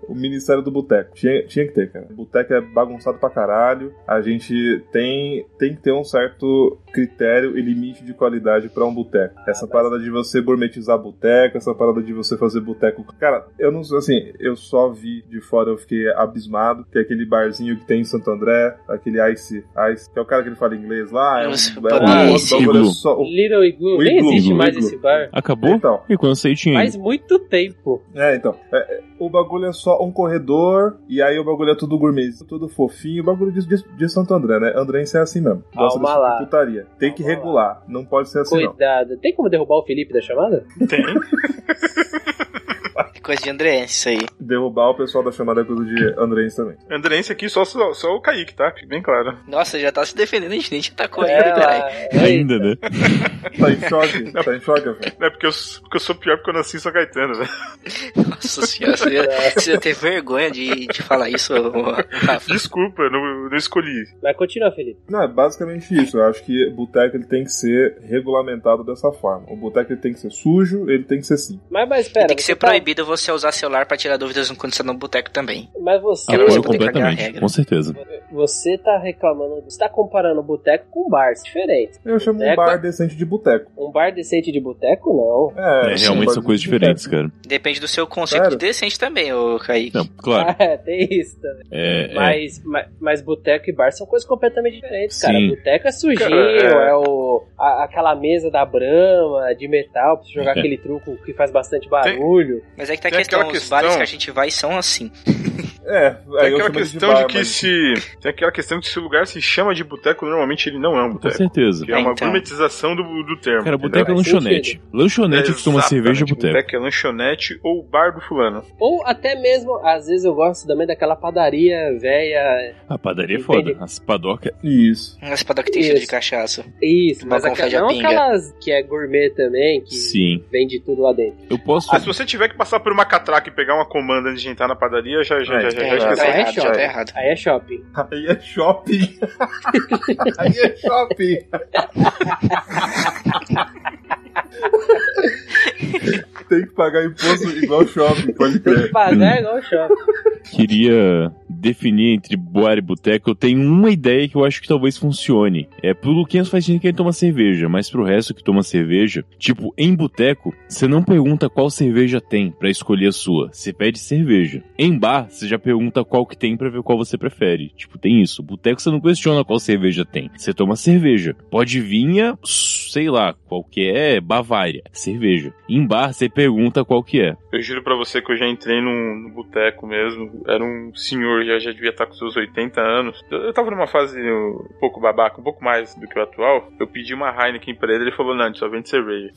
Speaker 6: O Ministério do Boteco. Tinha, tinha que ter, cara. O Boteco é bagunçado pra caralho. A gente tem, tem que ter um certo critério e limite de qualidade pra um boteco. Essa parada de você gourmetizar boteco, essa parada de você fazer boteco. Cara, eu não sei, assim, eu só vi de fora, eu fiquei abismado. Que é aquele barzinho que tem em Santo André, aquele Ice, Ice, que é o cara que ele fala inglês lá. É um,
Speaker 4: Nossa,
Speaker 6: é um
Speaker 4: ah,
Speaker 6: bagulho
Speaker 5: Ice
Speaker 6: bagulho
Speaker 5: Igloo.
Speaker 6: só.
Speaker 2: Little Igloo,
Speaker 6: O
Speaker 2: nem
Speaker 6: Igloo,
Speaker 2: existe
Speaker 5: o
Speaker 2: mais
Speaker 6: Igloo.
Speaker 2: esse bar.
Speaker 5: Acabou?
Speaker 6: Então,
Speaker 5: E quando eu sei, tinha.
Speaker 2: Faz
Speaker 5: ainda.
Speaker 2: muito tempo.
Speaker 6: É, então. é, é, o bagulho é só um corredor, e aí o bagulho é tudo gourmetzinho, tudo fofinho. O bagulho de, de, de Santo André, né? Andrense é assim mesmo. Gosta
Speaker 2: Calma
Speaker 6: desse
Speaker 2: lá.
Speaker 6: tipo de putaria. Tem que
Speaker 2: Calma
Speaker 6: regular. Não pode ser assim, não.
Speaker 2: Cuidado. Tem como derrubar o Felipe da chamada?
Speaker 3: Tem.
Speaker 4: É coisa de André, isso aí.
Speaker 6: derrubar o pessoal da chamada é coisa de Andrense também.
Speaker 3: Andrense aqui só, só, só o Kaique, tá? Fique bem claro.
Speaker 4: Nossa, já tá se defendendo, a gente nem te atacou ainda,
Speaker 2: É,
Speaker 4: caralho.
Speaker 2: lá-
Speaker 5: Ainda, né?
Speaker 4: É
Speaker 6: Tá em choque, tá em choque, velho.
Speaker 3: Não é porque eu, sou- porque eu sou pior porque eu nasci em São Caetano, né? velho.
Speaker 4: Nossa senhora, você ia, você ia ter vergonha de, de falar isso, ô, Rafa.
Speaker 3: Desculpa, eu não, eu não escolhi.
Speaker 2: Mas continua, Felipe.
Speaker 6: Não, é basicamente isso. Eu acho que boteco ele tem que ser regulamentado dessa forma. O boteco ele tem que ser sujo, ele tem que ser sim.
Speaker 2: Mas, mas pera,
Speaker 4: Tem que
Speaker 2: você
Speaker 4: ser
Speaker 2: tá-
Speaker 4: proibido você usar celular pra tirar dúvidas quando você tá no boteco também.
Speaker 2: Mas você,
Speaker 4: Agora
Speaker 5: Apoio
Speaker 4: vou ter que cagar a é
Speaker 5: completamente,
Speaker 4: regra.
Speaker 5: com certeza.
Speaker 2: você tá reclamando, você tá comparando boteco com um bar, é diferente.
Speaker 6: Eu chamo um
Speaker 2: Boteco-
Speaker 6: bar decente de boteco. um
Speaker 2: Um bar decente de boteco, não.
Speaker 5: É, realmente são coisas diferentes, cara.
Speaker 4: Depende do seu conceito
Speaker 6: Claro.
Speaker 4: de decente também, ô Kaique.
Speaker 5: Não, claro.
Speaker 2: Ah, tem isso também.
Speaker 5: É, é,
Speaker 2: Mas, ma- mas, boteco e bar são coisas completamente diferentes, cara.
Speaker 5: Sim.
Speaker 2: Boteco é sujinho,
Speaker 3: Cara, é.
Speaker 2: é, o, a- aquela mesa da brama, de metal, pra você jogar
Speaker 5: É.
Speaker 2: aquele truco que faz bastante barulho.
Speaker 4: Mas é que tá a
Speaker 3: Tem
Speaker 4: questão,
Speaker 3: aquela
Speaker 4: os bares
Speaker 3: questão-
Speaker 4: que a gente vai são assim.
Speaker 6: É,
Speaker 3: Tem
Speaker 6: aí
Speaker 3: aquela
Speaker 6: eu chamo ele
Speaker 3: questão
Speaker 6: de, bar,
Speaker 3: de que
Speaker 6: mas-
Speaker 3: se. Tem aquela questão de que se o lugar se chama de boteco, normalmente ele não é um
Speaker 5: com
Speaker 3: boteco.
Speaker 5: certeza.
Speaker 3: Que é uma
Speaker 4: Então.
Speaker 3: gourmetização do, do termo.
Speaker 5: Cara,
Speaker 3: entendeu?
Speaker 5: boteco é
Speaker 2: Faz
Speaker 5: lanchonete. Lanchonete que toma
Speaker 3: Exatamente,
Speaker 5: cerveja é boteco.
Speaker 3: é lanchonete ou bar do fulano.
Speaker 2: Ou até mesmo, às vezes eu gosto também daquela padaria velha.
Speaker 5: A padaria é foda. As padocas.
Speaker 6: Isso.
Speaker 4: Mas pra dar que tem cheiro de
Speaker 2: Isso.
Speaker 4: cachaça.
Speaker 2: Isso,
Speaker 4: Tipo, Uma
Speaker 2: mas
Speaker 4: confete à
Speaker 2: aquela, não
Speaker 4: pinga.
Speaker 2: aquelas que é gourmet também, que
Speaker 5: Sim.
Speaker 2: vende tudo lá dentro.
Speaker 5: Eu posso.
Speaker 3: Ah, se você tiver que passar por uma catraca e pegar uma comanda antes de entrar na padaria, já, já, já,
Speaker 6: É,
Speaker 3: já, já
Speaker 6: é,
Speaker 4: tá
Speaker 3: esqueceu.
Speaker 2: é.
Speaker 4: errado, já
Speaker 2: errado.
Speaker 4: tá errado.
Speaker 2: Aí é shopping.
Speaker 6: Aí é shopping. aí é shopping. tem que pagar imposto igual shopping,
Speaker 5: É.
Speaker 6: pode
Speaker 2: Tem que
Speaker 6: crer.
Speaker 2: pagar igual shopping.
Speaker 5: queria definir entre bar e boteco, eu tenho uma ideia que eu acho que talvez funcione. É, pro Luquinhas faz sentido que ele toma cerveja, mas pro resto que toma cerveja, tipo, em boteco, você não pergunta qual cerveja tem pra escolher a sua, você pede cerveja. Em bar, você já pergunta qual que tem pra ver qual você prefere. Tipo, tem isso. Boteco você não questiona qual cerveja tem, você toma cerveja. Pode vinha, sei lá, qualquer Bavária, cerveja. Em bar, você pergunta qual que é.
Speaker 3: Eu juro pra você que eu já entrei num, num boteco mesmo. Era um senhor, já, já devia estar com seus 80 anos. Eu, eu tava numa fase um pouco babaca, um pouco mais do que o atual. Eu pedi uma Heineken pra ele, ele falou, não, a gente só vende cerveja.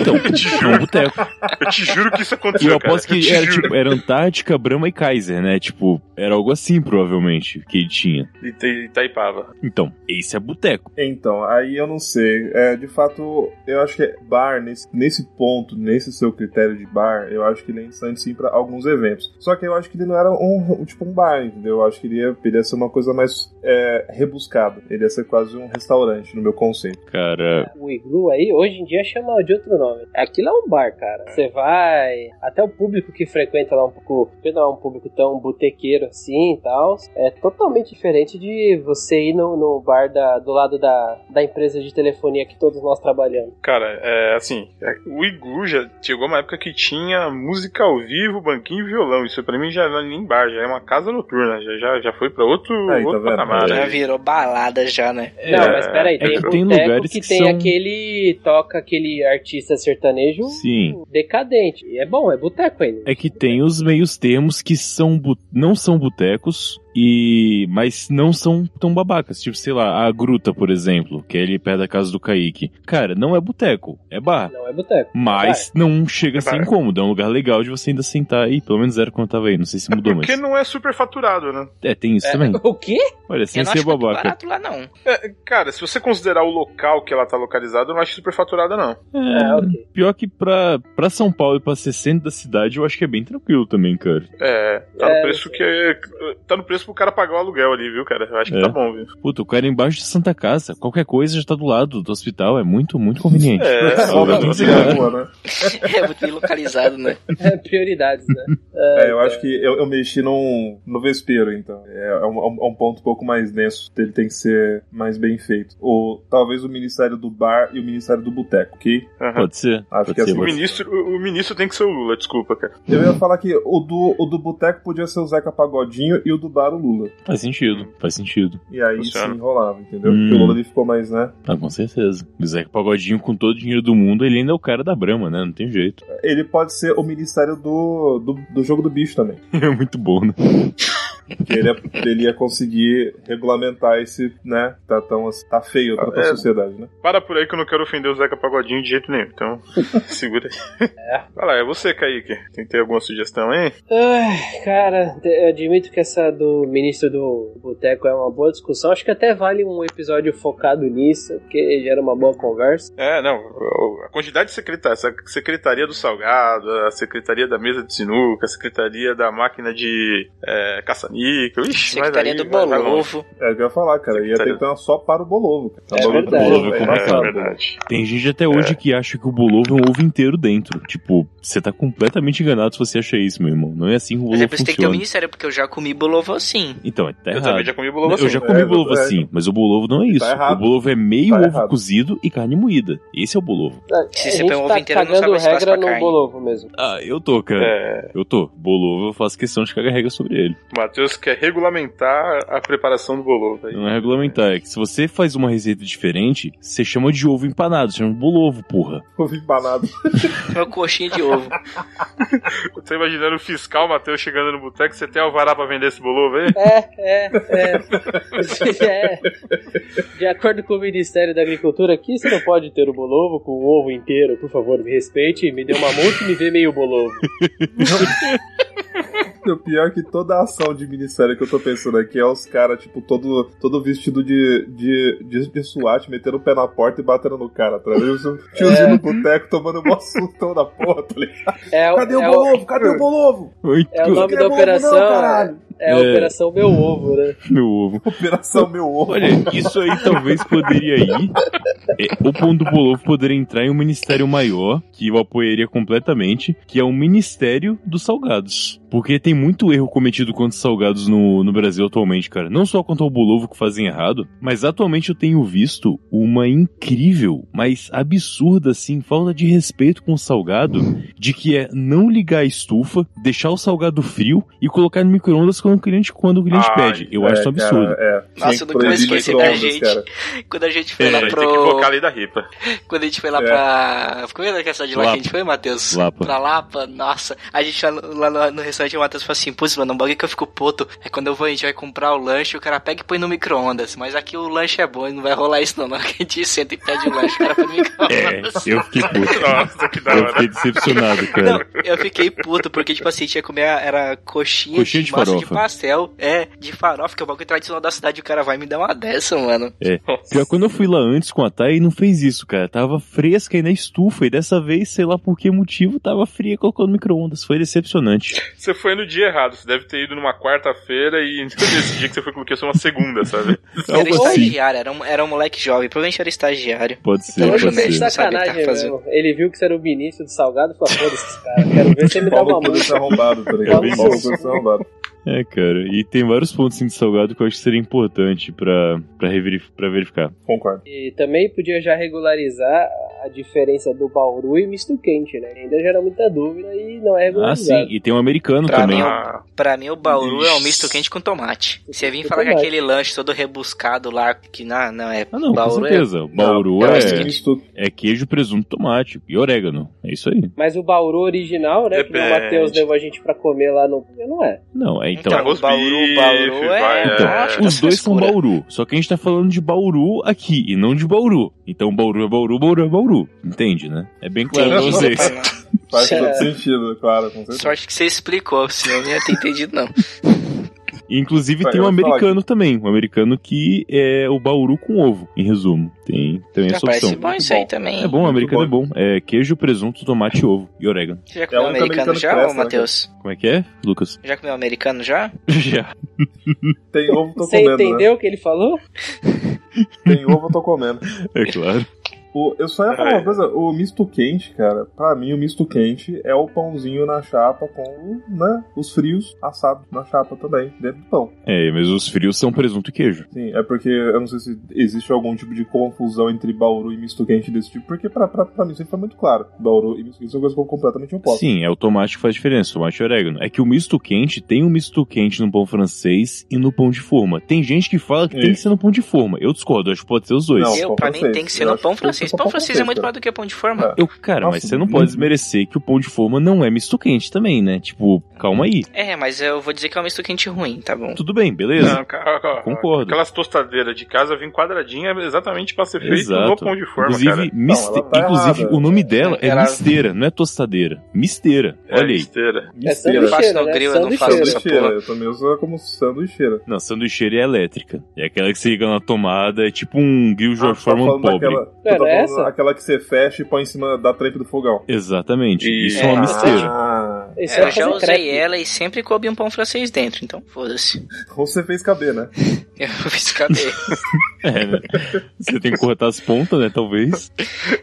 Speaker 5: Então, é um boteco.
Speaker 3: Eu te juro que isso
Speaker 5: E
Speaker 3: aconteceu,
Speaker 5: eu aposto
Speaker 3: cara. Eu
Speaker 5: que
Speaker 3: te
Speaker 5: era,
Speaker 3: juro.
Speaker 5: tipo, era Antártica, Brahma e Kaiser, né? Tipo, era algo assim, provavelmente, que ele tinha.
Speaker 3: Ita- Itaipava.
Speaker 5: Então, esse é boteco.
Speaker 6: Então, aí eu não sei. É, de fato, eu acho que é bar, nesse, nesse ponto, nesse seu critério de bar, eu acho que ele é interessante sim pra alguns eventos. Só que eu acho que ele não era um, um- tipo um bar, entendeu? Eu acho que ele ia, ele ia ser uma coisa mais é, rebuscada. Ele ia ser quase um restaurante, no meu conceito.
Speaker 5: Cara,
Speaker 2: O iglu aí, hoje em dia, chama de outro nome. Aquilo é um bar, cara. Você vai. Até o público que frequenta lá um pouco. que Não é um público tão botequeiro assim e tal. É totalmente diferente de você ir no, no bar da, do lado da, da empresa de telefonia que todos nós trabalhamos.
Speaker 3: Cara, é assim, é, o Iglu já chegou uma época que tinha música ao vivo, banquinho e violão. Isso pra mim já não é nem bar, já é uma casa noturna, já, já, já foi pra outro,
Speaker 6: Aí, tá
Speaker 3: outro
Speaker 6: vendo?
Speaker 3: patamar.
Speaker 4: Já
Speaker 3: aí.
Speaker 4: virou balada já, né?
Speaker 5: é,
Speaker 2: não, mas peraí,
Speaker 5: é
Speaker 2: tem
Speaker 5: que tem
Speaker 2: boteco
Speaker 5: lugares
Speaker 2: que,
Speaker 5: que
Speaker 2: tem
Speaker 5: são-
Speaker 2: aquele. toca aquele artista sertanejo
Speaker 5: sim.
Speaker 2: decadente. E é bom, é boteco ainda.
Speaker 5: É que tem os meios termos que são bu- não são botecos e mas não são tão babacas. Tipo, sei lá, a Gruta, por exemplo, que é ali perto da casa do Kaique. Cara, não é boteco, é bar.
Speaker 2: Não é boteco.
Speaker 5: Mas não chega a ser
Speaker 3: bar.
Speaker 5: incômodo, é um lugar legal de você ainda sentar aí. Pelo menos era quando eu tava aí, não sei se mudou, mas.
Speaker 3: Porque não é super faturado, né?
Speaker 5: É, tem isso também.
Speaker 2: O quê?
Speaker 5: Olha, sem
Speaker 4: eu não
Speaker 5: ser
Speaker 4: acho muito
Speaker 5: babaca.
Speaker 4: barato lá, não.
Speaker 3: Cara, se você considerar o local que ela tá localizada, eu não acho super faturada, não.
Speaker 5: É,
Speaker 2: É, ok.
Speaker 5: Pior que pra, pra São Paulo e pra 60 da cidade, eu acho que é bem tranquilo também, cara.
Speaker 3: É, tá no
Speaker 2: É,
Speaker 3: preço que. Tá no preço pro cara pagar o aluguel ali, viu, cara? Eu acho que
Speaker 5: É.
Speaker 3: tá bom, viu?
Speaker 5: Puta, o cara é embaixo de Santa Casa, qualquer coisa já tá do lado do hospital, é muito, muito conveniente.
Speaker 3: É,
Speaker 5: Só pra
Speaker 3: é,
Speaker 5: você,
Speaker 3: é.
Speaker 5: cara.
Speaker 6: Boa, né?
Speaker 4: É muito bem localizado, né?
Speaker 2: É, prioridades, né?
Speaker 6: É, eu acho que eu, eu mexi num, no vespeiro, então. É, é um, é um ponto um pouco mais denso. Ele tem que ser mais bem feito. Ou talvez o Ministério do Bar e o Ministério do Boteco, ok?
Speaker 3: Aham.
Speaker 5: Pode ser. pode
Speaker 6: Acho que é
Speaker 5: ser,
Speaker 3: O
Speaker 5: pode ser.
Speaker 3: ministro, o, o ministro tem que ser o Lula, desculpa, cara.
Speaker 6: Eu ia falar que o do, o do Boteco podia ser o Zeca Pagodinho e o do Bar o Lula.
Speaker 5: Faz sentido, faz sentido.
Speaker 6: E aí
Speaker 3: Funciona.
Speaker 6: se enrolava, entendeu?
Speaker 5: Hum.
Speaker 6: Porque o Lula ele ficou mais, né?
Speaker 5: Ah, com certeza. O Zeca Pagodinho, com todo o dinheiro do mundo, ele ainda é o cara da Brahma, né? Não tem jeito.
Speaker 6: Ele pode ser o Ministério do, do, do Jogo do Bicho também.
Speaker 5: É muito bom, né?
Speaker 6: que ele, ele ia conseguir regulamentar esse, né? Tá tão assim, tá feio pra, pra
Speaker 3: É.
Speaker 6: sociedade, né?
Speaker 3: Para por aí que eu não quero ofender o Zeca Pagodinho de jeito nenhum, então segura aí. Vai lá, é você, Kaique. Tem que ter alguma sugestão aí?
Speaker 2: Ai, cara, te- eu admito que essa do ministro do Boteco é uma boa discussão. Acho que até vale um episódio focado nisso, porque gera uma boa conversa.
Speaker 3: É, não, o- a quantidade de secretários, a Secretaria do Salgado, a Secretaria da Mesa de Sinuca, a Secretaria da Máquina de é, Caça-Níquel, ixi, mas
Speaker 4: Secretaria
Speaker 3: aí
Speaker 4: do
Speaker 3: vai- vai longe.
Speaker 4: Bolovo.
Speaker 6: É o que eu ia falar, cara. Ia ter que ter uma só para o Bolovo. cara.
Speaker 2: É
Speaker 6: Uma
Speaker 2: verdade.
Speaker 6: bolovo,
Speaker 5: É,
Speaker 6: é
Speaker 3: É
Speaker 6: embaçado.
Speaker 3: verdade.
Speaker 5: Tem gente até hoje que acha que o bolovo é um ovo inteiro dentro. Tipo, você tá completamente enganado se você acha isso, meu irmão. Não é assim que o
Speaker 4: Mas
Speaker 5: bolovo
Speaker 4: é por isso que tem que ter o
Speaker 5: funciona.
Speaker 4: ministério, porque eu já comi Bolovo assim.
Speaker 5: Então, tá
Speaker 3: Eu
Speaker 5: errado.
Speaker 3: também já comi bolovo assim.
Speaker 5: eu já comi
Speaker 6: É,
Speaker 5: bolovo
Speaker 6: é, Tá
Speaker 5: assim, mas o bolovo não é isso.
Speaker 6: errado.
Speaker 5: o bolovo é meio
Speaker 6: Tá
Speaker 5: ovo
Speaker 6: errado.
Speaker 5: cozido e carne moída. Esse é o bolovo.
Speaker 2: A,
Speaker 4: Se
Speaker 2: a
Speaker 4: você
Speaker 2: gente
Speaker 4: põe um ovo
Speaker 2: tá
Speaker 4: inteiro, não
Speaker 2: cagando
Speaker 4: sabe se faz
Speaker 2: regra
Speaker 4: pra
Speaker 2: no
Speaker 4: carne.
Speaker 2: bolovo mesmo.
Speaker 5: Ah, eu tô, cara.
Speaker 3: É,
Speaker 5: Eu tô. Bolovo eu faço questão de cagar regra sobre ele.
Speaker 3: o Matheus quer regulamentar a preparação do bolovo. aí.
Speaker 5: Não é regulamentar, é que se você faz uma receita diferente, você chama de ovo empanado, você chama de bolovo, porra.
Speaker 6: Ovo empanado.
Speaker 4: Uma coxinha de ovo.
Speaker 3: Eu tô imaginando o fiscal Matheus chegando no boteco, você tem alvará pra vender esse bolovo aí?
Speaker 2: É, é, é. é. De acordo com o Ministério da Agricultura aqui, você não pode ter o bolovo com o ovo inteiro, por favor, me respeite, me dê uma multa e me vê meio bolovo.
Speaker 6: O pior é que toda a ação de ministério que eu tô pensando aqui é os caras, tipo, todo, todo vestido de, de, de, de SWAT, metendo o pé na porta e batendo no cara, tá ligado? Os Tiozinho no boteco tomando mó sustão da porra, tá ligado?
Speaker 2: É, o-
Speaker 6: Cadê o
Speaker 2: é o-
Speaker 6: bolovo? Cadê o bolovo?
Speaker 2: É o nome
Speaker 6: Cadê
Speaker 2: da
Speaker 6: o bolovo
Speaker 2: operação.
Speaker 6: não, caralho?
Speaker 2: é a
Speaker 5: É.
Speaker 2: Operação Meu Ovo, né?
Speaker 5: Meu ovo.
Speaker 6: Operação Meu Ovo.
Speaker 5: Olha, isso aí talvez poderia ir. É, o ponto do Bolovo poderia entrar em um ministério maior, que eu apoiaria completamente, que é o Ministério dos Salgados. Porque tem muito erro cometido contra os salgados no, no Brasil atualmente, cara. Não só contra o Bolovo que fazem errado, mas atualmente eu tenho visto uma incrível, mas absurda, assim, falta de respeito com o salgado, de que é não ligar a estufa, deixar o salgado frio e colocar no micro-ondas quando o cliente, quando o cliente
Speaker 3: Ai,
Speaker 5: pede. Eu acho isso um
Speaker 6: É,
Speaker 5: absurdo.
Speaker 6: Cara, é. Tinha
Speaker 4: Nossa, eu
Speaker 6: que
Speaker 4: nunca
Speaker 6: proibir
Speaker 4: esqueci da
Speaker 6: micro-ondas,
Speaker 4: gente.
Speaker 6: cara.
Speaker 4: Quando a gente foi
Speaker 3: É,
Speaker 4: lá
Speaker 3: tem que
Speaker 4: pro.
Speaker 3: invocar a lei da ripa.
Speaker 4: Quando a gente foi lá
Speaker 6: É.
Speaker 4: pra. Como é que é essa de lá que a gente foi, Matheus?
Speaker 5: Lapa.
Speaker 4: Pra Lapa, nossa. A gente lá, no- lá no, no restaurante, o Matheus falou assim: Putz, mano, um bagulho que eu fico puto. É quando eu vou, a gente vai comprar o lanche, o cara pega e põe no micro-ondas. Mas aqui o lanche é bom e não vai rolar isso, não. Na hora que a gente senta e pede o lanche, o cara põe no
Speaker 5: É,
Speaker 4: micro-ondas.
Speaker 5: eu fiquei puto.
Speaker 3: Nossa, que da
Speaker 5: Eu
Speaker 3: hora.
Speaker 5: fiquei decepcionado,
Speaker 4: Não,
Speaker 5: cara.
Speaker 4: eu fiquei puto, porque, tipo assim, tinha que comer, era coxinha,
Speaker 5: Coxinha de
Speaker 4: massa de
Speaker 5: farofa.
Speaker 4: pastel, é, de farofa, que é o bagulho tradicional da cidade, o cara vai me dar uma dessa, mano.
Speaker 5: Pior que quando eu fui lá antes com a Thay, não fez isso, cara. Tava fresca e na estufa. E dessa vez, sei lá por que motivo, tava fria colocando no micro-ondas. Foi decepcionante.
Speaker 3: Você foi no dia errado. Você deve ter ido numa quarta-feira e nesse dia que você foi colocar só uma segunda, sabe?
Speaker 4: Era
Speaker 5: Algo assim.
Speaker 4: estagiário, era um, era um moleque jovem, provavelmente era estagiário.
Speaker 5: Pode ser,
Speaker 4: Então,
Speaker 2: Hoje
Speaker 5: pode
Speaker 2: foi
Speaker 4: você.
Speaker 5: ser.
Speaker 4: não sabe o que tá
Speaker 2: sacanagem
Speaker 4: fazendo.
Speaker 2: mesmo. Ele viu que você era o ministro do Salgado e falou, foda-se, esse cara, quero ver você me dá
Speaker 6: Paulo
Speaker 2: uma
Speaker 6: Cruz
Speaker 2: multa.
Speaker 6: arrombado, tá ligado?
Speaker 5: Eu vi
Speaker 6: Paulo
Speaker 2: isso.
Speaker 6: Cruz arrombado.
Speaker 5: É, cara. E tem vários pontos assim, de salgado que eu acho que seria importante pra, pra, reverif- pra verificar.
Speaker 6: Concordo.
Speaker 2: E também podia já regularizar a diferença do Bauru e misto quente, né? Ainda gera muita dúvida e não é
Speaker 5: Ah,
Speaker 2: regularizado.
Speaker 5: sim. E tem um americano
Speaker 4: Pra
Speaker 5: também.
Speaker 4: mim,
Speaker 3: Ah,
Speaker 4: Pra mim, o Bauru é um
Speaker 3: Ixi.
Speaker 4: misto quente com tomate. Você vir
Speaker 2: Com
Speaker 4: falar que
Speaker 2: tomate.
Speaker 4: aquele lanche todo rebuscado lá, que não, não é
Speaker 5: Ah, não, com
Speaker 4: Bauru é-
Speaker 5: certeza. Bauru
Speaker 4: Não,
Speaker 5: é,
Speaker 4: é-
Speaker 6: Misto-
Speaker 5: é queijo, presunto, tomate e orégano. É isso aí.
Speaker 2: Mas o Bauru original, né? Que o
Speaker 3: Depende.
Speaker 2: Matheus levou a gente pra comer lá no. Não é.
Speaker 5: Não, é então.
Speaker 4: Então,
Speaker 3: arroz
Speaker 4: o Bauru,
Speaker 3: bife,
Speaker 4: Bauru
Speaker 3: vai,
Speaker 4: é... eu
Speaker 5: Então,
Speaker 4: acho que
Speaker 5: os
Speaker 4: é
Speaker 5: dois são
Speaker 4: frescura.
Speaker 5: Bauru. Só que a gente tá falando de Bauru aqui e não de Bauru. Então Bauru é Bauru, Bauru é Bauru. Entende, né? É bem claro pra
Speaker 4: Entendi.
Speaker 5: vocês.
Speaker 6: Faz
Speaker 2: É.
Speaker 6: todo sentido, claro, com certeza.
Speaker 4: Sorte que você explicou, senão eu não ia ter entendido, não.
Speaker 5: Inclusive
Speaker 6: Vai,
Speaker 5: tem um
Speaker 6: eu vou falar
Speaker 5: americano também. Um americano que é o Bauru com ovo, em resumo. Tem também
Speaker 4: Já
Speaker 5: essa
Speaker 4: parece
Speaker 5: opção.
Speaker 4: bom isso aí também.
Speaker 5: É bom, o
Speaker 6: Muito
Speaker 5: americano é bom. É queijo, presunto, tomate, e ovo e orégano.
Speaker 4: Você já comeu
Speaker 6: É o único
Speaker 4: americano
Speaker 6: americano
Speaker 4: já,
Speaker 6: que
Speaker 4: ô
Speaker 6: presta, né,
Speaker 4: Matheus?
Speaker 5: Como é que é, Lucas?
Speaker 4: Já comeu americano já?
Speaker 5: Já.
Speaker 6: Tem ovo, tô
Speaker 2: Você
Speaker 6: comendo, né?
Speaker 2: entendeu o que ele falou?
Speaker 6: Tem ovo, eu tô comendo.
Speaker 5: É claro.
Speaker 6: O- eu só ia falar uma coisa, o misto quente, cara, pra mim o misto quente é o pãozinho na chapa com o, né, os frios assados na chapa também, dentro do pão.
Speaker 5: É, mas os frios são presunto e queijo.
Speaker 6: Sim, é porque eu não sei se existe algum tipo de confusão entre Bauru e misto quente desse tipo, porque pra, pra, pra mim sempre foi muito claro. Bauru e misto quente são coisas completamente opostas.
Speaker 5: Sim, é o tomate que faz diferença, tomate e orégano. É que o misto quente tem um misto quente no pão francês e no pão de forma. Tem gente que fala que tem que
Speaker 6: Isso.
Speaker 5: ser no pão de forma. Eu discordo, acho que pode ser os dois.
Speaker 6: Não,
Speaker 4: eu,
Speaker 6: pão
Speaker 4: pra mim
Speaker 6: francês.
Speaker 4: tem que ser
Speaker 6: Eu
Speaker 4: no
Speaker 6: acho
Speaker 4: pão
Speaker 6: que tem que
Speaker 4: francês.
Speaker 6: só
Speaker 4: Pão
Speaker 6: pão
Speaker 4: francês é
Speaker 6: francês,
Speaker 4: muito
Speaker 6: cara. É.
Speaker 4: mais do que pão de forma.
Speaker 5: Eu, cara,
Speaker 6: Nossa,
Speaker 5: mas você não
Speaker 6: muito.
Speaker 5: pode desmerecer que o pão de forma não é misto quente também, né? Tipo, calma aí.
Speaker 4: É, mas eu vou dizer que é um misto quente ruim, tá
Speaker 6: É.
Speaker 4: bom?
Speaker 5: Tudo bem, beleza.
Speaker 3: Não, ca- ó, ó, ó,
Speaker 5: Concordo.
Speaker 3: Aquelas tostadeiras de casa vêm quadradinha exatamente pra ser feito no
Speaker 5: Exato.
Speaker 3: pão de forma,
Speaker 5: inclusive,
Speaker 3: cara.
Speaker 5: miste-
Speaker 6: ela tá
Speaker 5: inclusive
Speaker 6: errada.
Speaker 5: o nome dela é
Speaker 4: Ela-
Speaker 5: misteira, não é tostadeira. Misteira.
Speaker 3: É
Speaker 5: Olha aí.
Speaker 3: besteira.
Speaker 2: É
Speaker 4: Eu faço
Speaker 2: sanduicheira,
Speaker 4: no
Speaker 2: né?
Speaker 4: grill, eu não faço
Speaker 2: Sanduicheira.
Speaker 4: essa porra.
Speaker 6: Sanduicheira, eu também uso ela como sanduicheira.
Speaker 5: Não, sanduicheira é elétrica. É aquela que você liga na tomada, é tipo um grill de ah,
Speaker 6: Ah, tu tá falando
Speaker 5: pobre.
Speaker 6: daquela- tu tá
Speaker 2: Era
Speaker 6: falando
Speaker 2: essa?
Speaker 6: Aquela que você fecha e põe em cima da trempe do fogão.
Speaker 5: Exatamente.
Speaker 3: E-
Speaker 5: Isso é uma
Speaker 4: É,
Speaker 5: misteira.
Speaker 6: Ah,
Speaker 2: Isso
Speaker 4: eu
Speaker 2: é
Speaker 4: já
Speaker 2: fazer
Speaker 4: usei
Speaker 2: crepe.
Speaker 4: ela e sempre coube um pão francês dentro, então foda-se.
Speaker 6: você fez caber, né?
Speaker 4: Eu fiz cadê?
Speaker 5: É, né? Você tem que cortar as pontas, né? Talvez.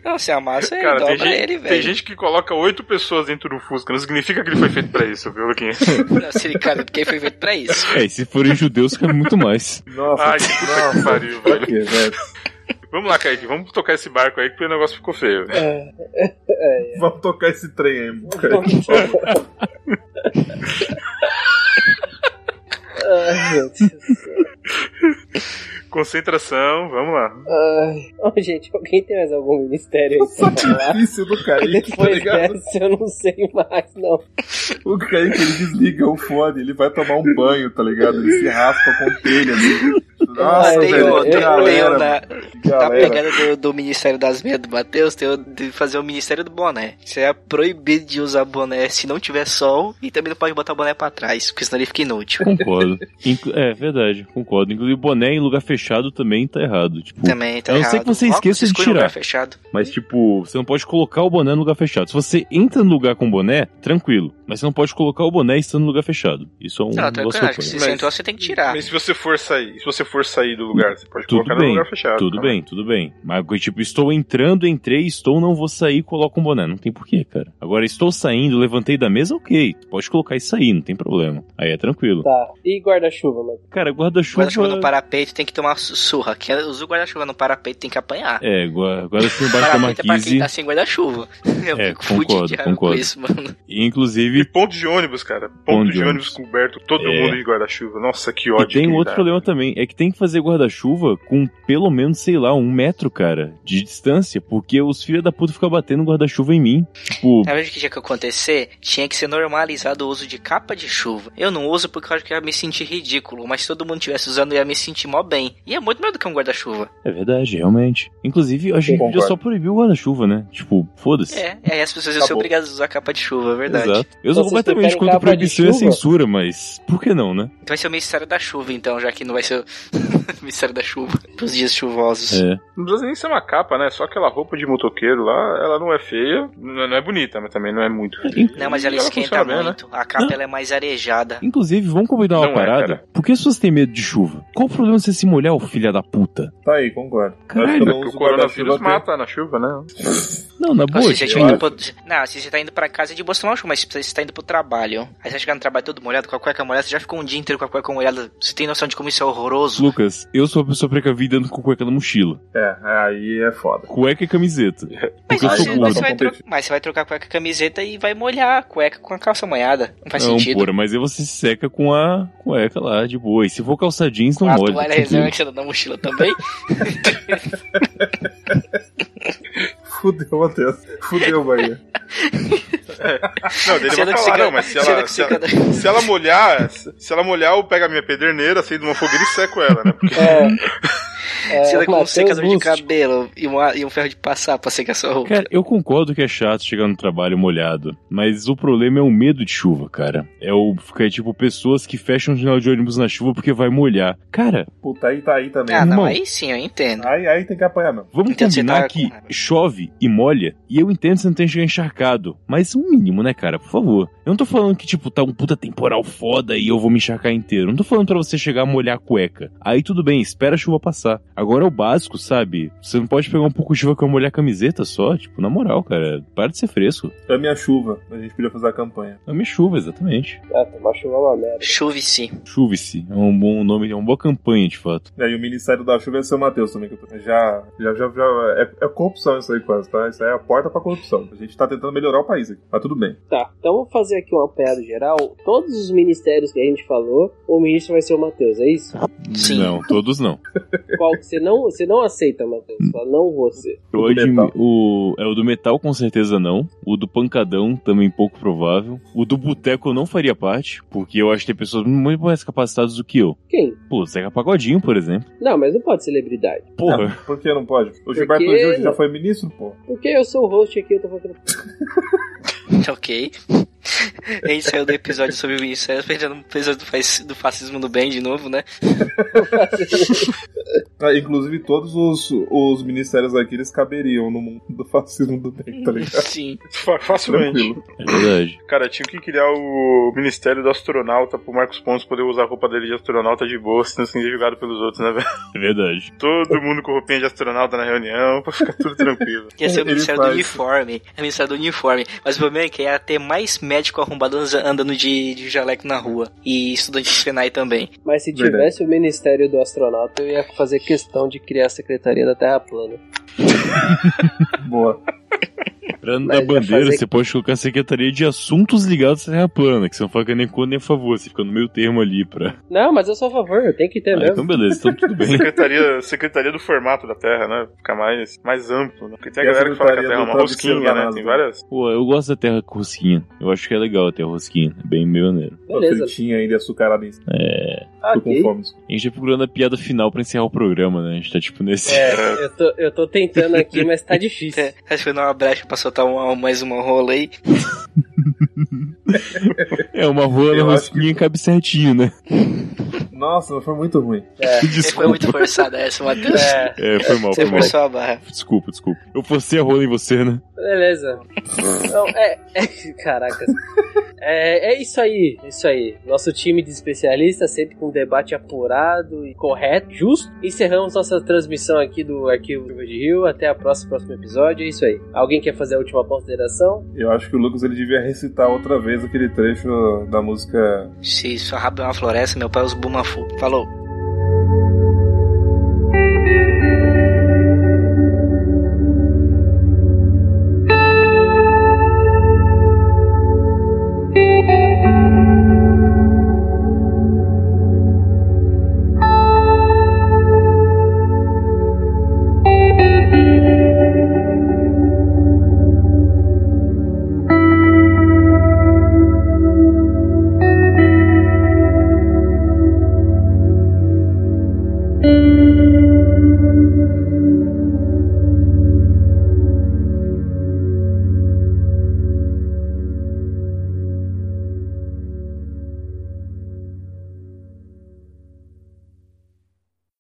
Speaker 4: Não, se amassa, ele
Speaker 3: Cara,
Speaker 4: dobra
Speaker 3: tem gente,
Speaker 4: ele,
Speaker 3: tem
Speaker 4: velho.
Speaker 3: gente que coloca oito pessoas dentro do Fusca. Não significa que ele foi feito pra isso, viu, Luquinha?
Speaker 4: Não, se ele cabe, porque foi feito pra isso.
Speaker 5: É, e se forem judeus, cabe muito mais.
Speaker 6: Nossa,
Speaker 3: Ai, que puta que pariu,
Speaker 6: pra
Speaker 3: velho.
Speaker 6: quê, velho?
Speaker 3: Vamos lá, Kaique, vamos tocar esse barco aí que o negócio ficou feio.
Speaker 2: É,
Speaker 6: Vamos tocar esse trem aí, mano.
Speaker 2: ai, meu Deus.
Speaker 3: Concentração, vamos lá.
Speaker 2: Ai. Ô, gente, alguém tem mais algum ministério aí pra falar?
Speaker 6: Difícil do Kaique, tá
Speaker 2: Depois
Speaker 6: ligado?
Speaker 2: dessa eu não sei mais, não.
Speaker 6: O Kaique, ele desliga o fone, ele vai tomar um banho, tá ligado? Ele se raspa com telha ali. Nossa,
Speaker 4: tem
Speaker 6: velho,
Speaker 4: o,
Speaker 6: que
Speaker 4: tem, Tá
Speaker 6: galera,
Speaker 4: tem o
Speaker 6: mano,
Speaker 4: da,
Speaker 6: que
Speaker 4: da
Speaker 6: galera.
Speaker 4: pegada do, do Ministério das Meias do Matheus, tem o de fazer o Ministério do Boné. Você é proibido de usar boné se não tiver sol e também não pode botar boné pra trás, porque senão ele fica inútil.
Speaker 5: Concordo. Inclu- é, verdade, concordo. Inclusive, boné em lugar fechado também tá errado. Tipo,
Speaker 4: Também, tá
Speaker 5: A não
Speaker 4: errado.
Speaker 5: ser que você
Speaker 4: Óculos
Speaker 5: esqueça de
Speaker 4: escuro em lugar
Speaker 5: tirar.
Speaker 4: é fechado.
Speaker 5: Mas, tipo, você não pode colocar o boné no lugar fechado. Se você entra no lugar com boné, tranquilo. Mas você não pode colocar o boné estando no lugar fechado. Isso é um
Speaker 4: Não,
Speaker 5: negócio
Speaker 4: tranquilo, acho
Speaker 5: que
Speaker 4: que se
Speaker 5: eu ponho.
Speaker 3: Mas-
Speaker 4: sentou, você tem que tirar.
Speaker 3: Mas se você for sair, se você for sair do lugar, você pode
Speaker 5: Tudo
Speaker 3: colocar
Speaker 5: bem,
Speaker 3: no lugar fechado. tá?
Speaker 5: Tudo
Speaker 3: cara.
Speaker 5: bem, tudo bem. Mas, tipo, estou entrando, entrei, estou, não vou sair, coloco um boné. Não tem porquê, cara. Agora, estou saindo, levantei da mesa, ok. Pode colocar isso aí, não tem problema. Aí é tranquilo.
Speaker 2: Tá. E guarda-chuva, mano?
Speaker 5: Cara, guarda-chuva...
Speaker 4: Guarda-chuva no um parapeito tem que tomar su- surra. Quem usa o guarda-chuva no parapeito tem que apanhar.
Speaker 5: É, gua- guarda-chuva embaixo da
Speaker 4: Parapeito é pra quem
Speaker 5: marquise.
Speaker 4: tá sem guarda-chuva. Eu
Speaker 5: É,
Speaker 4: fico fudido
Speaker 5: concordo,
Speaker 4: de raiva com
Speaker 5: concordo.
Speaker 4: isso, mano.
Speaker 5: E,
Speaker 3: E
Speaker 5: inclusive,
Speaker 3: ponto de ônibus, cara. Ponto, de, ônibus coberto, todo
Speaker 5: É.
Speaker 3: mundo de guarda-chuva. Nossa, que
Speaker 5: E
Speaker 3: ódio.
Speaker 5: tem
Speaker 3: que me
Speaker 5: outro
Speaker 3: dá.
Speaker 5: problema também, é que tem que fazer guarda-chuva com pelo menos, sei lá, um metro, cara, de distância, porque os filhos da puta ficam batendo guarda-chuva em mim. Tipo,
Speaker 4: Na verdade, o que tinha que acontecer? Tinha que ser normalizado o uso de capa de chuva. Eu não uso porque eu acho que eu ia me sentir ridículo, mas se todo mundo tivesse usando, eu ia me sentir mó bem. E é muito melhor do que um guarda-chuva.
Speaker 5: é verdade, realmente. Inclusive, eu achei que podia
Speaker 6: Concordo.
Speaker 5: só proibir o guarda-chuva, né? Tipo, foda-se.
Speaker 4: É, e aí as pessoas iam ser
Speaker 6: Acabou.
Speaker 4: obrigadas a usar capa de chuva, é verdade.
Speaker 5: Exato. Eu sou
Speaker 2: Vocês
Speaker 5: completamente
Speaker 2: preferem
Speaker 5: contra
Speaker 4: um
Speaker 5: a
Speaker 2: capa de
Speaker 5: proibição e a
Speaker 2: chuva?
Speaker 5: censura, mas por que não, né?
Speaker 4: Então vai ser o Ministério da Chuva, então, já que não vai ser o Ministério da Chuva. Pros dias chuvosos.
Speaker 5: É.
Speaker 3: Não precisa nem ser uma capa, né? Só aquela roupa de motoqueiro lá, ela não é feia, não é não é bonita, mas também não é muito feia.
Speaker 4: Não, mas
Speaker 3: E
Speaker 4: ela esquenta
Speaker 3: funciona bem, né?
Speaker 4: muito. A capa ela é mais arejada.
Speaker 5: Inclusive, vamos combinar uma
Speaker 3: Não é,
Speaker 5: parada?
Speaker 3: cara.
Speaker 5: por que as pessoas têm medo de chuva? Qual o problema de você se molhar, ô filha da puta?
Speaker 6: Tá aí, concordo.
Speaker 5: Caralho.
Speaker 6: Eu não
Speaker 3: Porque
Speaker 6: uso
Speaker 3: É o coronavírus
Speaker 6: Então, guarda-chuva
Speaker 3: mata na chuva, né?
Speaker 5: Não, na
Speaker 4: Ou
Speaker 5: boa,
Speaker 4: se você
Speaker 5: tipo,
Speaker 4: tiver indo
Speaker 6: acho.
Speaker 4: pro... Não, se você tá indo pra casa é de boa, você tomar chuva, mas se você tá indo pro trabalho. Aí você chegar no um trabalho todo molhado, com a cueca molhada, você já ficou um dia inteiro com a cueca molhada. Você tem noção de como isso é horroroso?
Speaker 5: Lucas, eu sou a pessoa precavida andando com cueca na mochila.
Speaker 6: até- É, aí é foda.
Speaker 5: Cueca e camiseta.
Speaker 4: Mas,
Speaker 5: Porque eu
Speaker 4: você,
Speaker 5: sou
Speaker 4: mas
Speaker 5: gordo.
Speaker 4: você vai
Speaker 6: Competir.
Speaker 4: tro- mas você vai trocar a cueca e a camiseta e vai molhar a cueca com a calça molhada. Não faz
Speaker 3: É um
Speaker 5: não,
Speaker 4: sentido.
Speaker 5: É um porra, mas aí você se seca com a cueca lá, de boa. E se for calça jeans, não
Speaker 4: a Ah,
Speaker 5: molha. é
Speaker 4: toalha
Speaker 5: tranquilo.
Speaker 4: reserva que você dá na mochila também.
Speaker 6: Fudeu, Matheus. Fudeu, Bahia.
Speaker 3: Não, dele
Speaker 4: Sendo
Speaker 3: vai
Speaker 4: que
Speaker 3: falar,
Speaker 4: você-
Speaker 3: não, mas se
Speaker 4: sendo
Speaker 3: ela,
Speaker 4: que
Speaker 3: se,
Speaker 4: você-
Speaker 3: ela, se ela molhar, se ela molhar, eu pego a minha pederneira, acendo uma fogueira e seco ela, né? Porque
Speaker 2: É. É,
Speaker 4: Você vai com um
Speaker 2: Matheus
Speaker 4: secador de
Speaker 2: Lúcio.
Speaker 4: cabelo e, uma- e um ferro de passar pra secar sua roupa.
Speaker 5: Cara, eu concordo que é chato chegar no trabalho molhado, mas o problema é o medo de chuva, cara. É o ficar, tipo, pessoas que fecham o jornal de ônibus na chuva porque vai molhar. Cara,
Speaker 6: Puta, aí tá aí também.
Speaker 4: Ah, não,
Speaker 5: irmão.
Speaker 4: aí sim, eu entendo.
Speaker 6: Aí, aí tem que apanhar mesmo.
Speaker 5: vamos
Speaker 4: Entendo, você
Speaker 5: combinar
Speaker 4: tá com
Speaker 5: que
Speaker 4: raiva.
Speaker 5: chove e molha, e eu entendo que você não tem que chegar encharcado, mas um mínimo, né, cara? Por favor. Eu não tô falando que, tipo, tá um puta temporal foda e eu vou me encharcar inteiro. Não tô falando pra você chegar a molhar a cueca. Aí tudo bem, espera a chuva passar. Agora é o básico, sabe? Você não pode pegar um pouco de chuva que vai molhar a camiseta só, tipo, na moral, cara. Para de ser fresco.
Speaker 6: Ame a chuva. A gente podia fazer a campanha.
Speaker 5: Ame chuva, exatamente.
Speaker 2: Ah, tomar chuva é uma merda.
Speaker 4: Chuve-se.
Speaker 5: Chuve-se. É um bom nome, é uma boa campanha, de fato.
Speaker 6: E aí o Ministério da Chuva é seu Matheus também. Que eu tô... Já, já, já, já- É, é corrupção isso aí quase, tá? Isso aí é a porta pra corrupção. A gente tá tentando melhorar o país aqui. Mas tudo bem.
Speaker 2: Tá, então vou fazer aqui um apanhado geral. Todos os ministérios que a gente falou, o ministro vai ser o Matheus, é isso?
Speaker 4: Sim.
Speaker 5: Não, todos não.
Speaker 2: Qual, Você não, você não aceita, Matheus. Só não você.
Speaker 5: Eu
Speaker 6: O do
Speaker 5: admi-
Speaker 6: metal.
Speaker 5: o, é, o do metal com certeza não. O do pancadão também pouco provável. O do boteco eu não faria parte, porque eu acho que tem pessoas muito mais capacitadas do que eu.
Speaker 2: Quem?
Speaker 5: Pô, Zeca Pagodinho, por exemplo.
Speaker 2: Não, mas não pode celebridade.
Speaker 5: Porra,
Speaker 6: Por que não pode? O Gilberto Gil já foi ministro, pô.
Speaker 2: Porque eu sou o host aqui, eu tô fazendo.
Speaker 4: ok. A gente saiu do episódio sobre isso. Saiu perdendo o episódio do, faz- do fascismo do bem de novo, né?
Speaker 6: Ah, inclusive, todos os, os ministérios aqui eles caberiam no mundo do fascismo do bem, tá ligado?
Speaker 4: Sim.
Speaker 3: Fa- Facilmente.
Speaker 6: Tranquilo.
Speaker 5: é verdade.
Speaker 3: Cara, tinha que criar o Ministério do Astronauta pro Marcos Pontes poder usar a roupa dele de astronauta de boa, senão sem ser julgado pelos outros, né, velho?
Speaker 5: É verdade.
Speaker 3: Todo mundo com roupinha de astronauta na reunião, pra ficar tudo tranquilo.
Speaker 4: Ia ser o
Speaker 6: Ele
Speaker 4: Ministério é do
Speaker 6: faz.
Speaker 4: Uniforme. É o Ministério do Uniforme. Mas o problema é que ia ter mais médico arrombado anza- andando de, de jaleco na rua. E estudante de FENAI também.
Speaker 2: Mas se
Speaker 6: Verdade.
Speaker 2: tivesse o Ministério do Astronauta, eu ia fazer questão de criar a Secretaria da Terra Plana.
Speaker 6: Boa.
Speaker 5: Pra não
Speaker 2: Mas vai
Speaker 5: dar bandeira,
Speaker 2: fazer-
Speaker 5: você pode colocar a Secretaria de Assuntos Ligados à Terra Plana, que você não fala nem contra nem a favor, você fica no meio termo ali pra.
Speaker 2: Não, mas eu sou a favor, tem que ter
Speaker 5: Ah,
Speaker 2: mesmo.
Speaker 5: então beleza, então tudo bem.
Speaker 3: Secretaria, secretaria do formato da Terra, né? Fica mais, mais amplo, né? Porque tem a
Speaker 6: E a
Speaker 3: galera que fala que a
Speaker 6: Secretaria
Speaker 3: Terra é
Speaker 6: do
Speaker 3: uma
Speaker 6: Travesseiro
Speaker 3: rosquinha,
Speaker 6: da
Speaker 3: né?
Speaker 6: NASA.
Speaker 3: Tem várias.
Speaker 5: Pô, eu gosto da terra com rosquinha. Eu acho que é legal a terra rosquinha. É bem maneiro.
Speaker 2: Beleza. Ah,
Speaker 6: Uma fritinha ainda açucarada em cima. então, Tô com
Speaker 2: Ok.
Speaker 6: fome. desculpa.
Speaker 5: A gente tá procurando a piada final pra encerrar o programa, né? A gente tá tipo nesse.
Speaker 2: É, eu tô, eu tô tentando aqui, mas tá difícil.
Speaker 4: É, Acho que foi uma brecha pra soltar uma- mais uma rola aí.
Speaker 5: É, uma rola na
Speaker 6: Eu acho
Speaker 5: rosquinha cabe certinho, né?
Speaker 6: Nossa, foi muito ruim.
Speaker 4: Você Foi
Speaker 5: Desculpa.
Speaker 4: muito forçada essa, Matheus.
Speaker 2: É,
Speaker 5: É, foi mal,
Speaker 4: Você
Speaker 5: foi mal.
Speaker 4: forçou a barra.
Speaker 5: Desculpa, desculpa. Eu forcei a rola em você, né?
Speaker 2: beleza. Então, é, é, caracas. É, é isso aí, é isso aí. Nosso time de especialistas, sempre com um debate apurado e correto, justo. Encerramos nossa transmissão aqui do Arquivo Curva de Rio. Até a próxima, próximo episódio. É isso aí. Alguém quer fazer a última consideração?
Speaker 6: Eu acho que o Lucas ele devia recitar outra vez aquele trecho da música
Speaker 4: é Se sua rabo é uma floresta, meu pai usa o Bumafu. Falou.